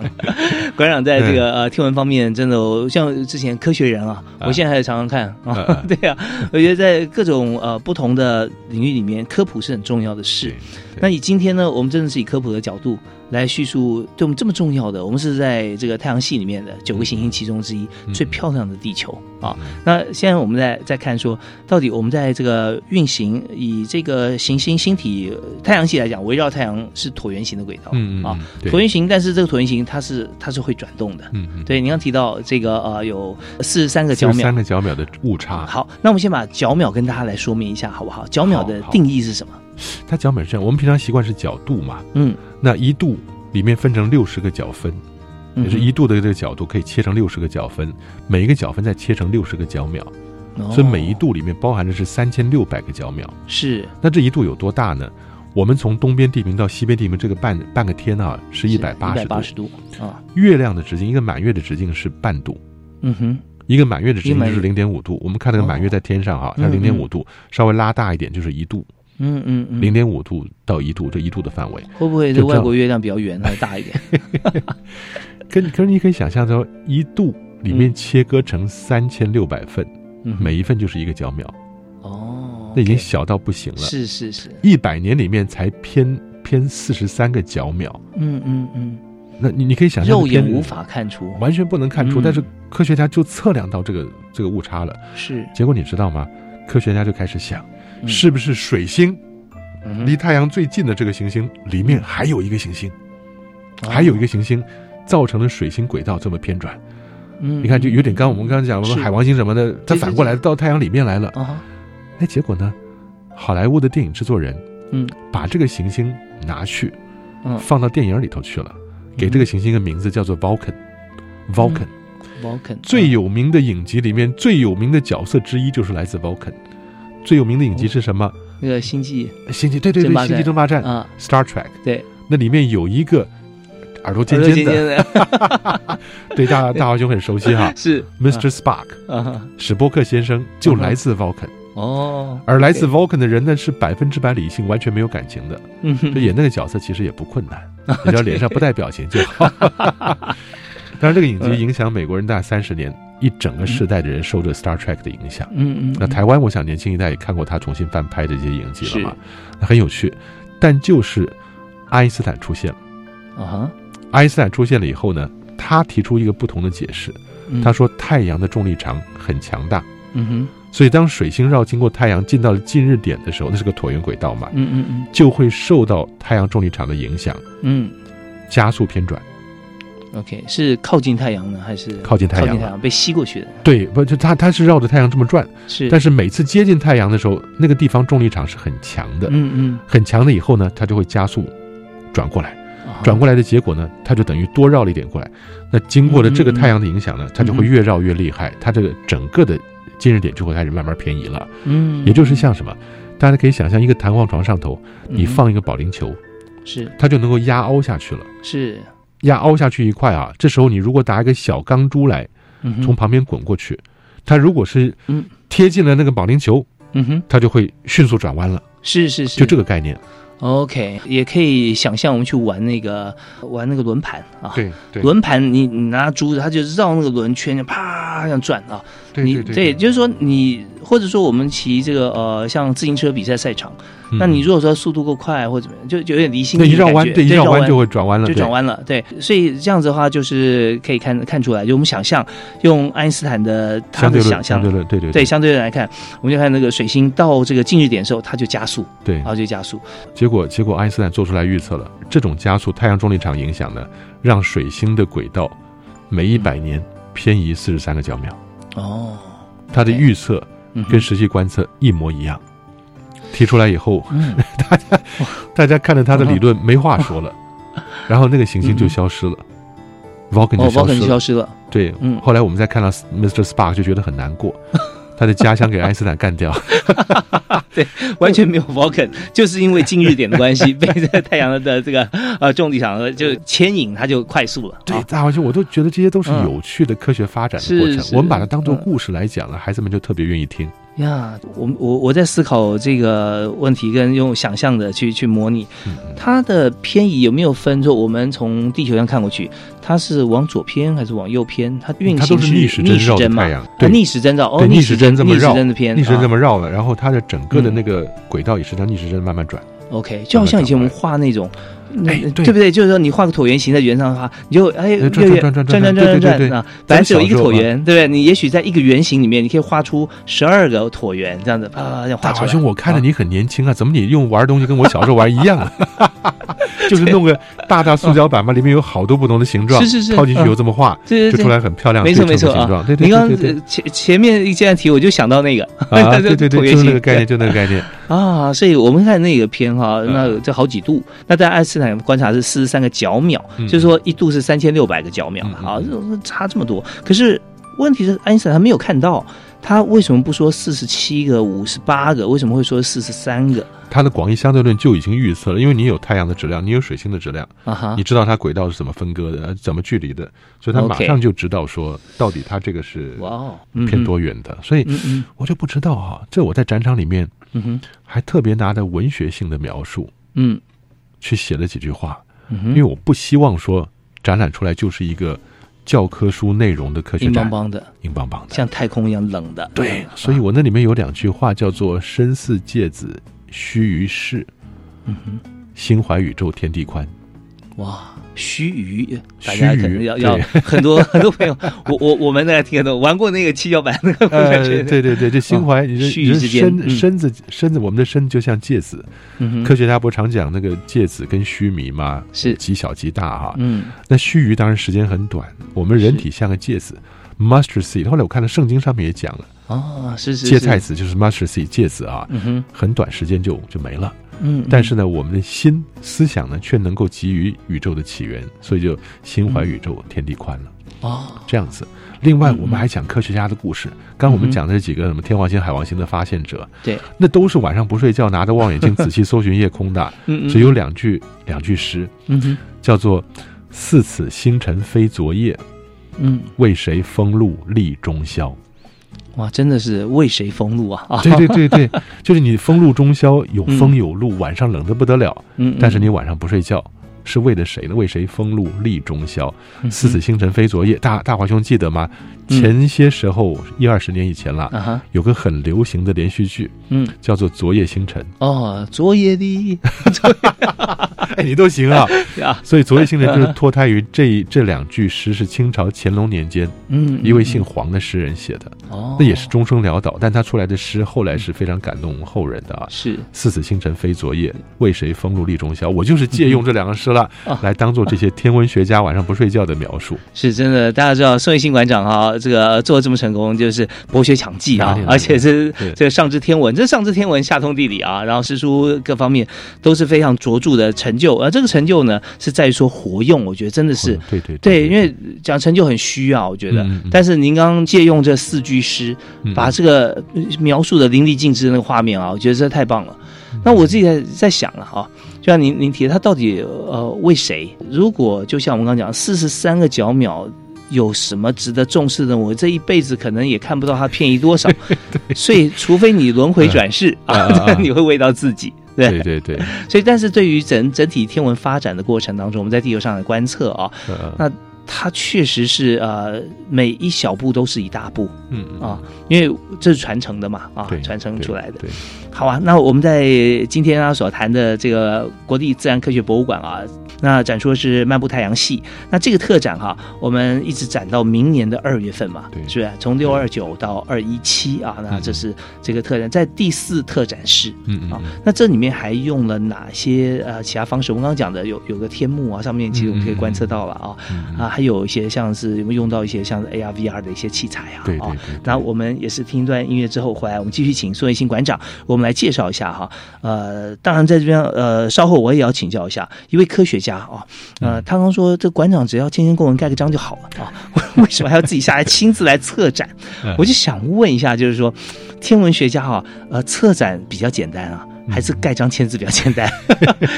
[SPEAKER 1] 馆长在这个呃天文方面真的哦，像之前科学人啊，
[SPEAKER 2] 啊
[SPEAKER 1] 我现在还常常看啊
[SPEAKER 2] 啊，
[SPEAKER 1] 对啊，我觉得在各种呃不同的领域里面，科普是很重要的事
[SPEAKER 2] 对。
[SPEAKER 1] 那以今天呢，我们真的是以科普的角度来叙述对我们这么重要的，我们是在这个太阳系里面的九个行星其中之一，
[SPEAKER 2] 嗯
[SPEAKER 1] 最漂亮的地球啊。那现在我们在在看说，到底我们在这个运行，以这个行星星体呃太阳系来讲，围绕太阳是椭圆形的轨道，
[SPEAKER 2] 嗯嗯
[SPEAKER 1] 啊，
[SPEAKER 2] 对
[SPEAKER 1] 椭圆形，但是这个椭圆形它是它是会转动的。
[SPEAKER 2] 嗯嗯，
[SPEAKER 1] 对，你刚提到这个呃，有四十三个角秒
[SPEAKER 2] 三。个角秒的误差。
[SPEAKER 1] 好，那我们先把角秒跟大家来说明一下，好不好？角秒的
[SPEAKER 2] 好好
[SPEAKER 1] 定义是什么？
[SPEAKER 2] 它角秒是这样，我们平常习惯是角度嘛，
[SPEAKER 1] 嗯，
[SPEAKER 2] 那一度里面分成六十个角分，
[SPEAKER 1] 嗯
[SPEAKER 2] 也是一度的这个角度可以切成六十个角分，每一个角分再切成六十个角秒，
[SPEAKER 1] 嗯，
[SPEAKER 2] 所以每一
[SPEAKER 1] 哦
[SPEAKER 2] 度里面包含的是三千六百个角秒。
[SPEAKER 1] 是
[SPEAKER 2] 那这一度有多大呢？我们从东边地平到西边地平这个半半个天啊，是一百八
[SPEAKER 1] 一百
[SPEAKER 2] 十
[SPEAKER 1] 八
[SPEAKER 2] 度。
[SPEAKER 1] 十度啊，
[SPEAKER 2] 月亮的直径，一个满月的直径是半度，
[SPEAKER 1] 嗯哼，
[SPEAKER 2] 一个满月的直
[SPEAKER 1] 一
[SPEAKER 2] 径
[SPEAKER 1] 个
[SPEAKER 2] 就
[SPEAKER 1] 满
[SPEAKER 2] 是零点五度。我们看那个满月在天上啊，它
[SPEAKER 1] 嗯
[SPEAKER 2] 零点
[SPEAKER 1] 嗯
[SPEAKER 2] 五度，稍微拉大一点就是一度，
[SPEAKER 1] 嗯嗯嗯，
[SPEAKER 2] 零点五度到一度这一度的范围。
[SPEAKER 1] 会不会这
[SPEAKER 2] 就这
[SPEAKER 1] 外
[SPEAKER 2] 样
[SPEAKER 1] 国月亮比较圆，还大一点？嗯
[SPEAKER 2] 可可是你可以想象到，一度里面切割成三千六百份，
[SPEAKER 1] 嗯哼
[SPEAKER 2] 每一份就是一个角秒，
[SPEAKER 1] 哦，
[SPEAKER 2] 那已经
[SPEAKER 1] OK
[SPEAKER 2] 小到不行了。
[SPEAKER 1] 是是是，
[SPEAKER 2] 一百年里面才偏偏四十三个角秒，
[SPEAKER 1] 嗯嗯嗯，
[SPEAKER 2] 那你你可以想象，
[SPEAKER 1] 肉眼无法看出，
[SPEAKER 2] 完全不能看出，
[SPEAKER 1] 嗯
[SPEAKER 2] 但是科学家就测量到这个这个误差了。
[SPEAKER 1] 是
[SPEAKER 2] 结果你知道吗？科学家就开始想，
[SPEAKER 1] 嗯
[SPEAKER 2] 是不是水星
[SPEAKER 1] 嗯哼
[SPEAKER 2] 离太阳最近的这个行星里面还有一个行星，
[SPEAKER 1] 哦
[SPEAKER 2] 还有一个行星造成了水星轨道这么偏转？
[SPEAKER 1] 嗯
[SPEAKER 2] 你看，就有点刚我们刚刚讲我们
[SPEAKER 1] 是
[SPEAKER 2] 海王星什么的，它
[SPEAKER 1] 对
[SPEAKER 2] 反过来到太阳里面来了。
[SPEAKER 1] 啊哈，
[SPEAKER 2] 哎，结果呢，好莱坞的电影制作人，
[SPEAKER 1] 嗯，
[SPEAKER 2] 把这个行星拿去
[SPEAKER 1] 嗯
[SPEAKER 2] 放到电影里头去了，给
[SPEAKER 1] 嗯
[SPEAKER 2] 这个行星一个名字叫做 Vulcan。Vulcan、
[SPEAKER 1] ，Vulcan 啊
[SPEAKER 2] 最有名的影集里面最有名的角色之一就是来自 Vulcan。最有名的影集是什么？
[SPEAKER 1] 那个星际
[SPEAKER 2] 星际对对
[SPEAKER 1] 争霸
[SPEAKER 2] 对，
[SPEAKER 1] 战
[SPEAKER 2] 星际争霸战、
[SPEAKER 1] 啊，
[SPEAKER 2] Star Trek。
[SPEAKER 1] 对，啊
[SPEAKER 2] 那里面有一个耳朵尖
[SPEAKER 1] 耳朵
[SPEAKER 2] 尖 的，
[SPEAKER 1] 的
[SPEAKER 2] 对大大华兄很熟悉哈
[SPEAKER 1] 是
[SPEAKER 2] ，Mr. Spock
[SPEAKER 1] 啊哈，
[SPEAKER 2] 史波克先生就
[SPEAKER 1] 嗯哼
[SPEAKER 2] 来自 Vulcan。
[SPEAKER 1] 哦，
[SPEAKER 2] 而来自 Vulcan 的人呢是百分之百理性，完全没有感情的。
[SPEAKER 1] 嗯
[SPEAKER 2] 就
[SPEAKER 1] 哼，
[SPEAKER 2] 演那个角色其实也不困难，你 只要脸上不带表情就好。当然，这个影集影响美国人大三十年，一整个世代的人受这 Star Trek 的影响。
[SPEAKER 1] 嗯嗯，
[SPEAKER 2] 那台湾，我想年轻一代也看过他重新翻拍的这些影集了嘛
[SPEAKER 1] 是，
[SPEAKER 2] 那很有趣。但就是爱因斯坦出现了，
[SPEAKER 1] 啊哈，
[SPEAKER 2] 爱因斯坦出现了以后呢，他提出一个不同的解释
[SPEAKER 1] 嗯。
[SPEAKER 2] 他说太阳的重力场很强大，
[SPEAKER 1] 嗯哼，
[SPEAKER 2] 所以当水星绕经过太阳进到了近日点的时候，那是个椭圆轨道嘛，
[SPEAKER 1] 嗯嗯嗯
[SPEAKER 2] 就会受到太阳重力场的影响，
[SPEAKER 1] 嗯
[SPEAKER 2] 加速偏转。
[SPEAKER 1] ，OK，是靠近太阳呢，还是
[SPEAKER 2] 靠近太阳
[SPEAKER 1] 靠近太阳被吸过去的，
[SPEAKER 2] 对，不就它它是绕着太阳这么转，
[SPEAKER 1] 是
[SPEAKER 2] 但是每次接近太阳的时候，那个地方重力场是很强的，
[SPEAKER 1] 嗯嗯，
[SPEAKER 2] 很强的以后呢，它就会加速转过来，
[SPEAKER 1] 啊
[SPEAKER 2] 转过来的结果呢，它就等于多绕了一点过来。那经过了这个太阳的影响呢，
[SPEAKER 1] 嗯
[SPEAKER 2] 它就会越绕越厉害，它这个整个的近日点就会开始慢慢偏移了。
[SPEAKER 1] 嗯
[SPEAKER 2] 也就是像什么，大家可以想象一个弹簧床上头，你
[SPEAKER 1] 嗯
[SPEAKER 2] 放一个保龄球，
[SPEAKER 1] 是
[SPEAKER 2] 它就能够压凹下去了。
[SPEAKER 1] 是，
[SPEAKER 2] 压凹下去一块啊，这时候你如果打一个小钢珠来
[SPEAKER 1] 嗯，哼
[SPEAKER 2] 从旁边滚过去，它如果是
[SPEAKER 1] 嗯
[SPEAKER 2] 贴近了那个保龄球，
[SPEAKER 1] 嗯哼，
[SPEAKER 2] 它就会迅速转弯了，
[SPEAKER 1] 是是是，
[SPEAKER 2] 就这个概念。
[SPEAKER 1] OK，也可以想象我们去玩那个玩那个轮盘啊，
[SPEAKER 2] 对对
[SPEAKER 1] 轮盘你你拿珠子，它就绕那个轮圈，啪这样转啊。
[SPEAKER 2] 对
[SPEAKER 1] 你
[SPEAKER 2] 对对
[SPEAKER 1] 这也
[SPEAKER 2] 对
[SPEAKER 1] 就是说你或者说我们骑这个呃像自行车比赛赛场，
[SPEAKER 2] 嗯
[SPEAKER 1] 那你如果说速度够快或者怎么样，就就有点离心
[SPEAKER 2] 那
[SPEAKER 1] 力
[SPEAKER 2] 一
[SPEAKER 1] 的
[SPEAKER 2] 绕
[SPEAKER 1] 感
[SPEAKER 2] 弯
[SPEAKER 1] 觉
[SPEAKER 2] 对一
[SPEAKER 1] 绕
[SPEAKER 2] 绕弯就会转弯了
[SPEAKER 1] 就
[SPEAKER 2] 对
[SPEAKER 1] 转弯了。对，所以这样子的话就是可以看看出来，就我们想象用爱因斯坦的他
[SPEAKER 2] 相
[SPEAKER 1] 的
[SPEAKER 2] 对
[SPEAKER 1] 想
[SPEAKER 2] 论，相
[SPEAKER 1] 象
[SPEAKER 2] 对论，对对
[SPEAKER 1] 对，相对论来看，我们就看那个水星到这个近日点的时候，它就加速，
[SPEAKER 2] 对
[SPEAKER 1] 然后就加速。
[SPEAKER 2] 结果结果爱因斯坦做出来预测了，这种加速太阳重力场影响呢，让水星的轨道每一百年偏移四十三个角秒。
[SPEAKER 1] 哦，
[SPEAKER 2] 他的预测
[SPEAKER 1] 嗯哼
[SPEAKER 2] 跟实际观测一模一样。提出来以后，
[SPEAKER 1] 嗯
[SPEAKER 2] 大家大家看着他的理论没话说了， 然后那个行星就消失了，Vulcan
[SPEAKER 1] 嗯哦
[SPEAKER 2] 就消
[SPEAKER 1] ，Vulcan
[SPEAKER 2] 失
[SPEAKER 1] 就
[SPEAKER 2] 了，
[SPEAKER 1] 消失了。
[SPEAKER 2] 对，
[SPEAKER 1] 嗯
[SPEAKER 2] 后来我们再看到 Mr. Spark 就觉得很难 过，他的家乡给爱因斯坦干掉。
[SPEAKER 1] 对，完全没有 Vulcan，就是因为近日点的关系， 被这个太阳的这个呃重力场的就牵引，它就快速了。
[SPEAKER 2] 对
[SPEAKER 1] 啊，
[SPEAKER 2] 大伙就我都觉得这些都是
[SPEAKER 1] 嗯
[SPEAKER 2] 有趣的科学发展的
[SPEAKER 1] 是
[SPEAKER 2] 过程，
[SPEAKER 1] 是嗯
[SPEAKER 2] 我们把它当做故事来讲了，孩子们就特别愿意听。
[SPEAKER 1] 呀，我我我在思考这个问题，跟用想象的去去模拟，
[SPEAKER 2] 嗯
[SPEAKER 1] 它的偏移有没有分？说我们从地球上看过去，它是往左偏还是往右偏？它运
[SPEAKER 2] 嗯它
[SPEAKER 1] 行
[SPEAKER 2] 都是逆时针绕着太阳
[SPEAKER 1] 嘛，
[SPEAKER 2] 对
[SPEAKER 1] 啊逆时针绕，哦，
[SPEAKER 2] 对，逆
[SPEAKER 1] 时
[SPEAKER 2] 针这么
[SPEAKER 1] 逆时
[SPEAKER 2] 绕，
[SPEAKER 1] 针的啊嗯偏，
[SPEAKER 2] 逆时针这
[SPEAKER 1] 么
[SPEAKER 2] 么绕了，然后它的整个的那个轨道也是在逆时针慢慢转。
[SPEAKER 1] 啊 OK，就好像以前我们画那种。那
[SPEAKER 2] 哎
[SPEAKER 1] 对
[SPEAKER 2] 对
[SPEAKER 1] 不对？就是说，你画个椭圆形在圆上的话，你就哎，越
[SPEAKER 2] 哎转
[SPEAKER 1] 越
[SPEAKER 2] 转
[SPEAKER 1] 转
[SPEAKER 2] 转转
[SPEAKER 1] 转
[SPEAKER 2] 转对对对对
[SPEAKER 1] 啊！本来
[SPEAKER 2] 咱们
[SPEAKER 1] 只有
[SPEAKER 2] 小
[SPEAKER 1] 一个
[SPEAKER 2] 时候
[SPEAKER 1] 椭
[SPEAKER 2] 嘛
[SPEAKER 1] 圆，对不对？你也许在一个圆形里面，你可以画出十二个椭圆，这样子啪，这样画
[SPEAKER 2] 大
[SPEAKER 1] 出
[SPEAKER 2] 华
[SPEAKER 1] 来
[SPEAKER 2] 兄，。我看着你很年轻啊，怎么你用玩的东西跟我小时候玩一样啊？ 就是弄个大大塑胶板嘛，里面有好多不同的形状，
[SPEAKER 1] 是是是
[SPEAKER 2] 套进去
[SPEAKER 1] 嗯
[SPEAKER 2] 以后这么画，
[SPEAKER 1] 对对
[SPEAKER 2] 就
[SPEAKER 1] 对
[SPEAKER 2] 出来很漂亮，
[SPEAKER 1] 没错
[SPEAKER 2] 对
[SPEAKER 1] 没
[SPEAKER 2] 称
[SPEAKER 1] 错
[SPEAKER 2] 的形
[SPEAKER 1] 啊
[SPEAKER 2] 状。！对对
[SPEAKER 1] 你刚
[SPEAKER 2] 对
[SPEAKER 1] 刚
[SPEAKER 2] 对
[SPEAKER 1] 呃前前面一这样提，我就想到那个
[SPEAKER 2] 对，啊，
[SPEAKER 1] 它就
[SPEAKER 2] 对对
[SPEAKER 1] 椭
[SPEAKER 2] 对，
[SPEAKER 1] 圆
[SPEAKER 2] 就是
[SPEAKER 1] 形
[SPEAKER 2] 那个概念，就 那个概念。
[SPEAKER 1] 啊，所以我们看那个偏哈，
[SPEAKER 2] 嗯
[SPEAKER 1] 那这好几度。那在爱因斯坦观察是四十三个角秒，
[SPEAKER 2] 嗯
[SPEAKER 1] 就是说一度是三千六百个角秒
[SPEAKER 2] 嗯嗯
[SPEAKER 1] 啊，这差这么多。可是问题是，爱因斯坦他没有看到，他为什么不说四十七个、五十八个？为什么会说四十三个？
[SPEAKER 2] 它的广义相对论就已经预测了，因为你有太阳的质量，你有水星的质量，
[SPEAKER 1] 啊哈
[SPEAKER 2] 你知道它轨道是怎么分割的，呃怎么距离的，所以它马
[SPEAKER 1] OK
[SPEAKER 2] 上就知道说到底它这个是
[SPEAKER 1] 哇哦嗯
[SPEAKER 2] 偏多远的，所以
[SPEAKER 1] 嗯嗯
[SPEAKER 2] 我就不知道哈、这我在展场里面
[SPEAKER 1] 嗯哼，
[SPEAKER 2] 还特别拿着文学性的描述
[SPEAKER 1] 嗯
[SPEAKER 2] 去写了几句话，
[SPEAKER 1] 嗯哼，
[SPEAKER 2] 因为我不希望说展览出来就是一个教科书内容的科学
[SPEAKER 1] 硬邦
[SPEAKER 2] 展，
[SPEAKER 1] 邦的，
[SPEAKER 2] 硬邦邦的，
[SPEAKER 1] 像太空一样冷的。
[SPEAKER 2] 对，所以我那里面有两句话叫做“身似芥子，须臾视”。
[SPEAKER 1] 嗯哼。
[SPEAKER 2] 心怀宇宙天 地宽，
[SPEAKER 1] 哇，须臾，大
[SPEAKER 2] 须
[SPEAKER 1] 家可能
[SPEAKER 2] 臾
[SPEAKER 1] 要要
[SPEAKER 2] 对
[SPEAKER 1] 很多很多朋友，我我我们那个听得懂，玩过那个七巧板那个，
[SPEAKER 2] 呃，对对对，这心怀，
[SPEAKER 1] 嗯
[SPEAKER 2] 你
[SPEAKER 1] 须
[SPEAKER 2] 这
[SPEAKER 1] 臾
[SPEAKER 2] 你
[SPEAKER 1] 之
[SPEAKER 2] 这
[SPEAKER 1] 间嗯
[SPEAKER 2] 身身子身子，我们的身子就像芥子。
[SPEAKER 1] 嗯哼
[SPEAKER 2] 科学家不常讲那个芥子跟须弥嘛，
[SPEAKER 1] 是
[SPEAKER 2] 极小极大哈。
[SPEAKER 1] 嗯，
[SPEAKER 2] 那须臾当然时间很短，我们人体像个芥子，mustard seed。后来我看了圣经上面也讲了，
[SPEAKER 1] 哦，是是
[SPEAKER 2] 芥菜
[SPEAKER 1] 是
[SPEAKER 2] 籽就是 mustard seed 芥子啊，
[SPEAKER 1] 嗯哼
[SPEAKER 2] 很短时间就就没了。
[SPEAKER 1] 嗯，
[SPEAKER 2] 但是呢，我们的心思想呢，却能够给予宇宙的起源，所以就心怀宇宙，天地宽了。
[SPEAKER 1] 嗯哦，
[SPEAKER 2] 这样子。另外，
[SPEAKER 1] 嗯
[SPEAKER 2] 我们还讲科学家的故事。刚刚我
[SPEAKER 1] 嗯
[SPEAKER 2] 们
[SPEAKER 1] 哼
[SPEAKER 2] 讲的这几个什么天王星、海王星的发现者，
[SPEAKER 1] 对，
[SPEAKER 2] 那都是晚上不睡觉，拿着望远镜仔细搜寻夜空的。
[SPEAKER 1] 嗯嗯
[SPEAKER 2] 所以有两句两句诗，
[SPEAKER 1] 嗯哼，
[SPEAKER 2] 叫做“似此星辰非昨夜，
[SPEAKER 1] 嗯，
[SPEAKER 2] 为谁风露立中宵
[SPEAKER 1] 哇，真的是为谁封路 啊？”。啊，
[SPEAKER 2] 对对对对，就是你风露中宵，有
[SPEAKER 1] 嗯
[SPEAKER 2] 风有露，晚上冷得不得了
[SPEAKER 1] 嗯嗯，
[SPEAKER 2] 但是你晚上不睡觉，是为了谁呢？为谁封路立中宵？
[SPEAKER 1] 嗯
[SPEAKER 2] 似此星辰非昨夜。大大华兄记得吗？
[SPEAKER 1] 嗯
[SPEAKER 2] 前些时候一二十年以前
[SPEAKER 1] 啊
[SPEAKER 2] 啦
[SPEAKER 1] 哈，
[SPEAKER 2] 有个很流行的连续剧，
[SPEAKER 1] 嗯，
[SPEAKER 2] 叫做《昨夜星辰》。
[SPEAKER 1] 哦，昨夜 的，
[SPEAKER 2] 哎，你都行啊
[SPEAKER 1] 呀！
[SPEAKER 2] 所以《昨夜星辰》就是脱胎于这这两句诗，是清朝乾隆年间，
[SPEAKER 1] 嗯
[SPEAKER 2] 一位姓黄的诗人写的。
[SPEAKER 1] 哦
[SPEAKER 2] 那也是终生潦倒，但他出来的诗后来是非常感动后人的啊。
[SPEAKER 1] 是
[SPEAKER 2] “似此星辰非昨夜，为谁风露立中宵”，我就是借用这两个诗了，
[SPEAKER 1] 嗯
[SPEAKER 2] 来当做这些天文学家晚上不睡觉的描述。
[SPEAKER 1] 是真的，大家知道宋一新馆长哈、这个做得这么成功，就是博学强记
[SPEAKER 2] 哪
[SPEAKER 1] 啊
[SPEAKER 2] 里哪，里
[SPEAKER 1] 而且是
[SPEAKER 2] 对
[SPEAKER 1] 这个上知天文，这上知天文下通地理啊，然后诗书各方面都是非常卓著的成就。而这个成就呢，是在于说活用，我觉得真的嗯是、
[SPEAKER 2] 嗯对对
[SPEAKER 1] 对，因为讲成就很虚啊，我觉得。
[SPEAKER 2] 嗯嗯
[SPEAKER 1] 但是您刚刚借用这四句诗，
[SPEAKER 2] 嗯
[SPEAKER 1] 把这个呃描述的淋漓尽致的那个画面啊，我觉得这太棒
[SPEAKER 2] 嗯
[SPEAKER 1] 了。那我自己在在想了、哈，就像您您提的，他到底呃为谁？如果就像我们刚刚讲，四十三个角秒。有什么值得重视的？我这一辈子可能也看不到他便宜多 少，所以除非你轮回转世
[SPEAKER 2] 啊
[SPEAKER 1] 啊
[SPEAKER 2] 啊啊，
[SPEAKER 1] 你会喂到自己。对
[SPEAKER 2] 对对对，
[SPEAKER 1] 所以，但是对于整整体天文发展的过程当中，我们在地球上的观测啊，
[SPEAKER 2] 呃
[SPEAKER 1] 那它确实是呃每一小步都是一大步
[SPEAKER 2] 嗯嗯
[SPEAKER 1] 啊，因为这是传承的嘛啊
[SPEAKER 2] 对，
[SPEAKER 1] 传承出来的。
[SPEAKER 2] 对，
[SPEAKER 1] 好啊，那我们在今天啊所谈的这个国立自然科学博物馆啊，那展出的是漫步太阳系。那这个特展哈、我们一直展到明年的二月份嘛，
[SPEAKER 2] 对
[SPEAKER 1] 是不是？从六二九到二一七啊，那这是这个特展在第四特展室。
[SPEAKER 2] 嗯嗯
[SPEAKER 1] 啊
[SPEAKER 2] 嗯，
[SPEAKER 1] 那这里面还用了哪些呃其他方式？我们刚刚讲的有有个天幕啊，上面其实我们可以观测到了啊、
[SPEAKER 2] 嗯
[SPEAKER 1] 啊，还有一些像是有没有用到一些像 AR、VR 的一些器材啊？
[SPEAKER 2] 对对
[SPEAKER 1] 啊
[SPEAKER 2] 对对
[SPEAKER 1] 那我们也是听一段音乐之后回来，我们继续请宋卫新馆长，我们来介绍一下哈。呃，当然在这边呃，稍后我也要请教一下一位科学家啊。呃，他刚说这馆长只要签签公文盖个章就好了啊， 为什么还要自己下来亲自来策展？
[SPEAKER 2] 嗯
[SPEAKER 1] 我就想问一下，就是说天文学家哈、呃，策展比较简单啊。还是盖章签字比较简单，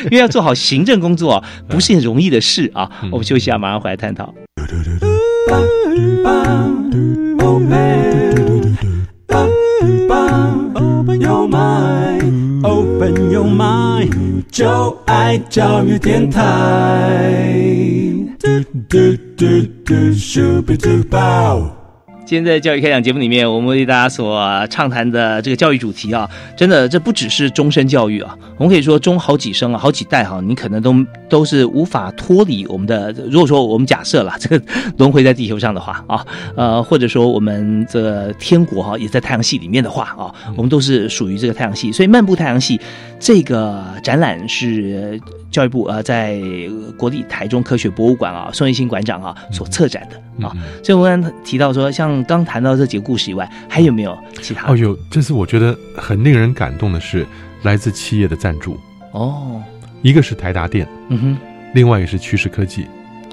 [SPEAKER 1] 因为要做好行政工作，不是很容易的事啊。我们休息一下，马上回来探讨。
[SPEAKER 3] Oh man, open your mind, open your mind，就爱教育电台。嘟嘟嘟嘟，Super Duper。
[SPEAKER 1] 今天在教育开讲节目里面，我们为大家所畅谈的这个教育主题啊，真的这不只是终身教育啊，我们可以说中好几生啊，好几代哈、你可能都都是无法脱离我们的。如果说我们假设了 这个轮回在地球上的话啊，呃，或者说我们这个天国哈、也在太阳系里面的话啊，我们都是属于这个太阳系，所以漫步太阳系这个展览是教育部呃在国立台中科学博物馆啊宋一新馆长啊所策展的。
[SPEAKER 2] 嗯
[SPEAKER 1] 啊，所以我刚才提到说，像刚谈到这几个故事以外，还有没有其他？
[SPEAKER 2] 哦哟，这次我觉得很令人感动的是，来自企业的赞助，
[SPEAKER 1] 哦，
[SPEAKER 2] 一个是台达电，
[SPEAKER 1] 嗯哼，
[SPEAKER 2] 另外一个是趋势科技。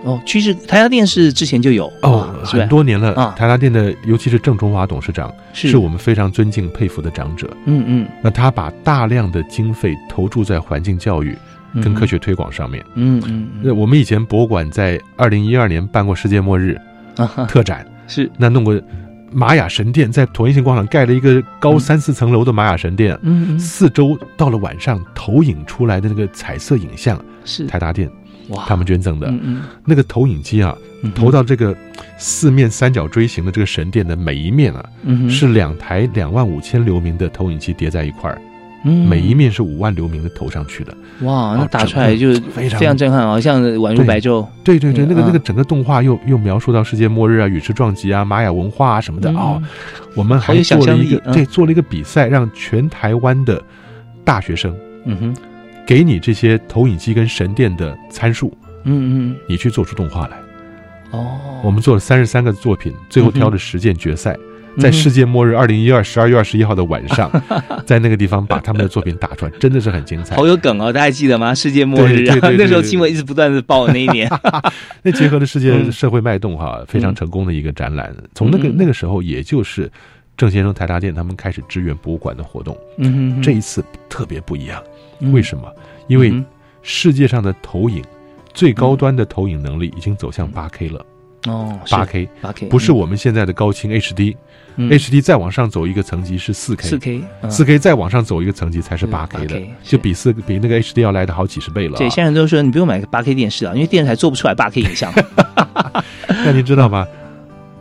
[SPEAKER 1] 哦，趋势台达电视之前就有
[SPEAKER 2] 哦，
[SPEAKER 1] 啊是吧
[SPEAKER 2] 很多年了。
[SPEAKER 1] 啊，
[SPEAKER 2] 台达电的，尤其是郑中华董事长，
[SPEAKER 1] 是
[SPEAKER 2] 我们非常尊敬佩服的长者。
[SPEAKER 1] 嗯嗯
[SPEAKER 2] 那他把大量的经费投注在环境教育
[SPEAKER 1] 嗯
[SPEAKER 2] 跟
[SPEAKER 1] 哼
[SPEAKER 2] 科学推广上面。
[SPEAKER 1] 嗯嗯
[SPEAKER 2] 那我们以前博物馆在二零一二年办过世界末日
[SPEAKER 1] 啊哈
[SPEAKER 2] 特展，
[SPEAKER 1] 是
[SPEAKER 2] 那弄过玛雅神殿，在同一性广场盖了一个高三四层楼的玛雅神殿，
[SPEAKER 1] 嗯嗯嗯
[SPEAKER 2] 四周到了晚上投影出来的那个彩色影像
[SPEAKER 1] 是
[SPEAKER 2] 台达电
[SPEAKER 1] 嗯哇
[SPEAKER 2] 他们捐赠的，
[SPEAKER 1] 嗯嗯
[SPEAKER 2] 那个投影机啊，投到这个四面三角锥形的这个神殿的每一面啊，
[SPEAKER 1] 嗯哼
[SPEAKER 2] 是两台两万五千流明的投影机叠在一块儿，
[SPEAKER 1] 嗯
[SPEAKER 2] 每一面是五万流明的投上去的，
[SPEAKER 1] 哇，那
[SPEAKER 2] 哦
[SPEAKER 1] 打
[SPEAKER 2] 整
[SPEAKER 1] 出来
[SPEAKER 2] 个
[SPEAKER 1] 就
[SPEAKER 2] 非常
[SPEAKER 1] 非常震撼啊，像宛如
[SPEAKER 2] 对
[SPEAKER 1] 白昼。
[SPEAKER 2] 对对对，那个
[SPEAKER 1] 啊
[SPEAKER 2] 那个整个动画又又描述到世界末日啊、陨石撞击啊、玛雅文化啊什么的
[SPEAKER 1] 嗯
[SPEAKER 2] 哦，我们
[SPEAKER 1] 好
[SPEAKER 2] 还
[SPEAKER 1] 有想
[SPEAKER 2] 做了
[SPEAKER 1] 象
[SPEAKER 2] 一个
[SPEAKER 1] 力嗯
[SPEAKER 2] 对做了一个比赛，让全台湾的大学生，
[SPEAKER 1] 嗯哼，
[SPEAKER 2] 给你这些投影机跟神殿的参数，
[SPEAKER 1] 嗯嗯
[SPEAKER 2] 你去做出动画来。
[SPEAKER 1] 哦，
[SPEAKER 2] 我们做了三十三个作品，最后挑了十件决赛，在
[SPEAKER 1] 嗯哼
[SPEAKER 2] 世界末日二零一二十二月二十一号的晚 上，在那个地方把他们的作品打出来，真的是很精彩。
[SPEAKER 1] 好有梗哦，大家还记得吗？世界末日啊，
[SPEAKER 2] 对对对对
[SPEAKER 1] 那时候新闻一直不断的报那一年。
[SPEAKER 2] 那结合了世界
[SPEAKER 1] 嗯
[SPEAKER 2] 社会脉动哈，非常成功的一个展览。从那个
[SPEAKER 1] 嗯嗯
[SPEAKER 2] 那个时候，也就是郑先生台达店他们开始支援博物馆的活动。
[SPEAKER 1] 嗯哼哼
[SPEAKER 2] 这一次特别不一样，
[SPEAKER 1] 嗯
[SPEAKER 2] 为什么？因
[SPEAKER 1] 嗯
[SPEAKER 2] 为世界上的投影最高端的投影能力已经走向八 K 了。
[SPEAKER 1] 哦，
[SPEAKER 2] 八 K
[SPEAKER 1] 八 K
[SPEAKER 2] 不是我们现在的高清 HD，HD、
[SPEAKER 1] 嗯
[SPEAKER 2] HD 再往上走一个层级是四 K，
[SPEAKER 1] 四 K 嗯
[SPEAKER 2] 四 K 再往上走一个层级才是八 K 的
[SPEAKER 1] 8K，
[SPEAKER 2] 就比四比那个 HD 要来的好几十倍了、啊
[SPEAKER 1] 对，现在人都说你不用买个八 K 电视啊，因为电视台做不出来八 K 影 像。
[SPEAKER 2] 那您知道吗？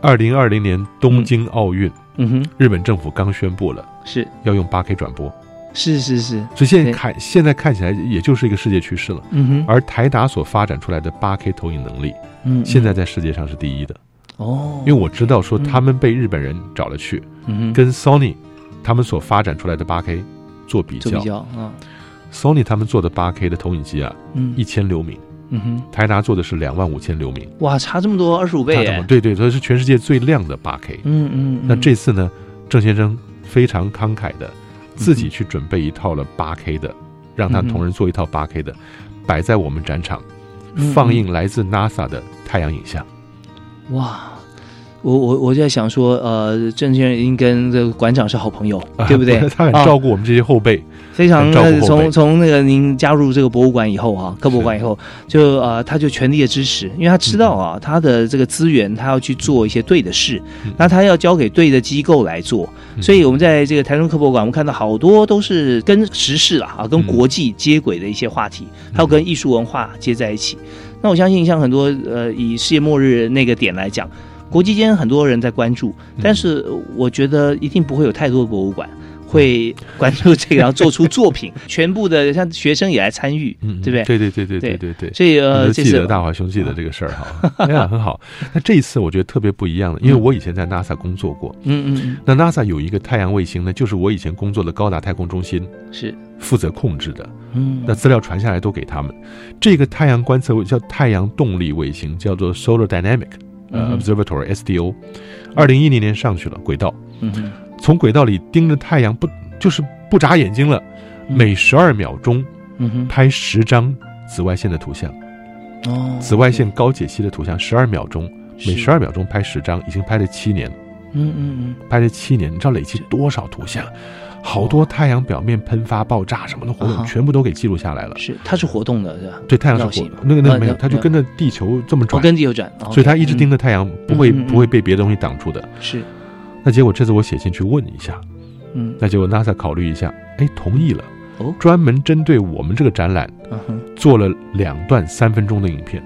[SPEAKER 2] 二零二零年东京奥运，
[SPEAKER 1] 嗯哼，
[SPEAKER 2] 日本政府刚宣布了
[SPEAKER 1] 是
[SPEAKER 2] 要用八 K 转播，
[SPEAKER 1] 是是是，
[SPEAKER 2] 所以现在
[SPEAKER 1] 对
[SPEAKER 2] 看现在看起来也就是一个世界趋势了。
[SPEAKER 1] 嗯哼
[SPEAKER 2] 而台达所发展出来的八 K 投影能力，
[SPEAKER 1] 嗯嗯
[SPEAKER 2] 现在在世界上是第一的。
[SPEAKER 1] 哦
[SPEAKER 2] 因为我知道说他们被日本人找了去，
[SPEAKER 1] 嗯哼
[SPEAKER 2] 跟 Sony 他们所发展出来的八 K 做比
[SPEAKER 1] 做
[SPEAKER 2] 较
[SPEAKER 1] 比较啊，
[SPEAKER 2] ，Sony 他们做的八 K 的投影机啊，
[SPEAKER 1] 嗯
[SPEAKER 2] 一千流明，
[SPEAKER 1] 嗯哼，
[SPEAKER 2] 台达做的是两万五千流明，
[SPEAKER 1] 哇，差这么多，二十五倍
[SPEAKER 2] 大
[SPEAKER 1] 耶
[SPEAKER 2] 家懂对对，所以是全世界最亮的八 K。
[SPEAKER 1] 嗯嗯嗯
[SPEAKER 2] 那这次呢，郑先生非常慷慨的自己去准备一套了八 K 的，让他
[SPEAKER 1] 嗯哼
[SPEAKER 2] 同仁做一套八 K 的，摆在我们展场
[SPEAKER 1] 嗯，
[SPEAKER 2] 放映来自 NASA 的太阳影像。
[SPEAKER 1] 哇！我我我就在想说，呃，郑先生已经跟这个馆长是好朋友，
[SPEAKER 2] 啊
[SPEAKER 1] 对不对？
[SPEAKER 2] 他很
[SPEAKER 1] 啊
[SPEAKER 2] 照顾我们这些后辈，
[SPEAKER 1] 非常
[SPEAKER 2] 很照顾
[SPEAKER 1] 呃
[SPEAKER 2] 后辈
[SPEAKER 1] 从从那个您加入这个博物馆以后啊，科博馆以后，就呃他就全力的支持，因为他知道
[SPEAKER 2] 嗯
[SPEAKER 1] 啊、他的这个资源他要去做一些对的事，那他要交给对的机构来做，
[SPEAKER 2] 嗯
[SPEAKER 1] 所以我们在这个台中科博馆，我们看到好多都是跟时事啊
[SPEAKER 2] 嗯
[SPEAKER 1] 啊跟国际接轨的一些话题，还有跟艺术文化接在一起。那我相信像很多呃以世界末日那个点来讲。国际间很多人在关注，
[SPEAKER 2] 嗯
[SPEAKER 1] 但是我觉得一定不会有太多的博物馆会关注这个，然后做出作 品。全部的像学生也来参与，
[SPEAKER 2] 嗯
[SPEAKER 1] 对不对？
[SPEAKER 2] 对对对对
[SPEAKER 1] 对
[SPEAKER 2] 对对对，
[SPEAKER 1] 所以呃
[SPEAKER 2] 你都
[SPEAKER 1] 这
[SPEAKER 2] 记
[SPEAKER 1] 次
[SPEAKER 2] 得大华兄记得这个事儿 哈，哎呀，很好。那这一次我觉得特别不一样了，因为我以前在 NASA 工作过，
[SPEAKER 1] 嗯嗯
[SPEAKER 2] 那 NASA 有一个太阳卫星呢，就是我以前工作的高达太空中心
[SPEAKER 1] 嗯，是，
[SPEAKER 2] 负责控制的，
[SPEAKER 1] 嗯
[SPEAKER 2] 那资料传下来都给他们。这个太阳观测卫叫太阳动力卫星，叫做 Solar Dynamic 呃
[SPEAKER 1] 嗯哼
[SPEAKER 2] Observatory SDO，二零一零年上去了轨道，
[SPEAKER 1] 嗯哼
[SPEAKER 2] 从轨道里盯着太阳不就是不眨眼睛了，每十二秒钟
[SPEAKER 1] 嗯哼，
[SPEAKER 2] 拍十张紫外线的图像。
[SPEAKER 1] 哦，
[SPEAKER 2] 紫外线高解析的图像，十二秒钟，每十二秒钟拍十张，已经拍了七年，
[SPEAKER 1] 嗯嗯
[SPEAKER 2] 拍了七年，你知道累积多少图像？好多太阳表面喷发、爆炸什么的活
[SPEAKER 1] 啊哈
[SPEAKER 2] 动，全部都给记录下来了
[SPEAKER 1] 嗯，。是，它是活动的，是吧？
[SPEAKER 2] 对，太阳是
[SPEAKER 1] 绕
[SPEAKER 2] 活
[SPEAKER 1] 行
[SPEAKER 2] 那个那
[SPEAKER 1] 啊
[SPEAKER 2] 个没有，
[SPEAKER 1] 那
[SPEAKER 2] 它就跟着地球这么
[SPEAKER 1] 哦
[SPEAKER 2] 转，
[SPEAKER 1] 跟地球转，
[SPEAKER 2] 所以它一直盯
[SPEAKER 1] 着
[SPEAKER 2] 着太阳，不会
[SPEAKER 1] 嗯嗯嗯
[SPEAKER 2] 不会被别的东西挡住的。
[SPEAKER 1] 嗯是，
[SPEAKER 2] 那结果这次我写信去问一下，
[SPEAKER 1] 嗯
[SPEAKER 2] 那结果 NASA 考虑一下，哎，同意了
[SPEAKER 1] 哦，
[SPEAKER 2] 专门针对我们这个展览
[SPEAKER 1] 嗯哼，
[SPEAKER 2] 做了两段三分钟的影片。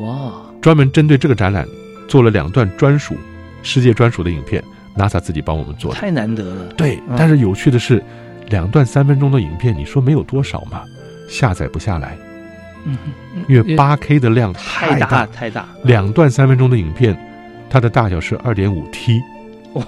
[SPEAKER 1] 哇，
[SPEAKER 2] 专门针对这个展览做了两段专属、世界专属的影片，NASA 自己帮我们做的。
[SPEAKER 1] 太难得了。
[SPEAKER 2] 对
[SPEAKER 1] 嗯，
[SPEAKER 2] 但是有趣的是，两段三分钟的影片，你说没有多少嘛？下载不下来，
[SPEAKER 1] 嗯哼嗯
[SPEAKER 2] 因为八 K 的量
[SPEAKER 1] 太
[SPEAKER 2] 太
[SPEAKER 1] 大
[SPEAKER 2] 大，
[SPEAKER 1] 太大，
[SPEAKER 2] 两段三分钟的影片，它的大小是二点五 T，
[SPEAKER 1] 哦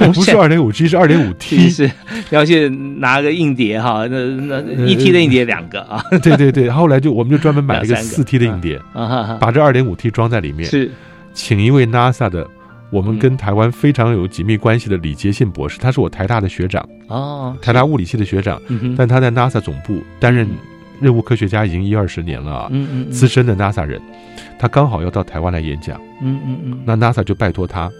[SPEAKER 1] 无
[SPEAKER 2] 不是
[SPEAKER 1] 限
[SPEAKER 2] 二点五 G，是二点五 T。
[SPEAKER 1] 是，要去拿个硬碟哈，那那
[SPEAKER 2] 呃
[SPEAKER 1] 一 T 的硬碟两个啊，
[SPEAKER 2] 对对对，后来就我们就专门买了一个
[SPEAKER 1] 两三个
[SPEAKER 2] 四 T 的硬碟，
[SPEAKER 1] 啊哈哈
[SPEAKER 2] 把这二点五 T 装在里面。
[SPEAKER 1] 是，嗯
[SPEAKER 2] 请一位 NASA 的，我们跟台湾非常有紧密关系的李杰信博士，他是我台大的学长，
[SPEAKER 1] 哦，
[SPEAKER 2] 台大物理系的学长，
[SPEAKER 1] 嗯哼
[SPEAKER 2] 但他在 NASA 总部担任任务科学家已经一二十年了啊，
[SPEAKER 1] 嗯嗯嗯
[SPEAKER 2] 资深的 NASA 人，他刚好要到台湾来演讲，
[SPEAKER 1] 嗯嗯嗯，
[SPEAKER 2] 那 NASA 就拜托他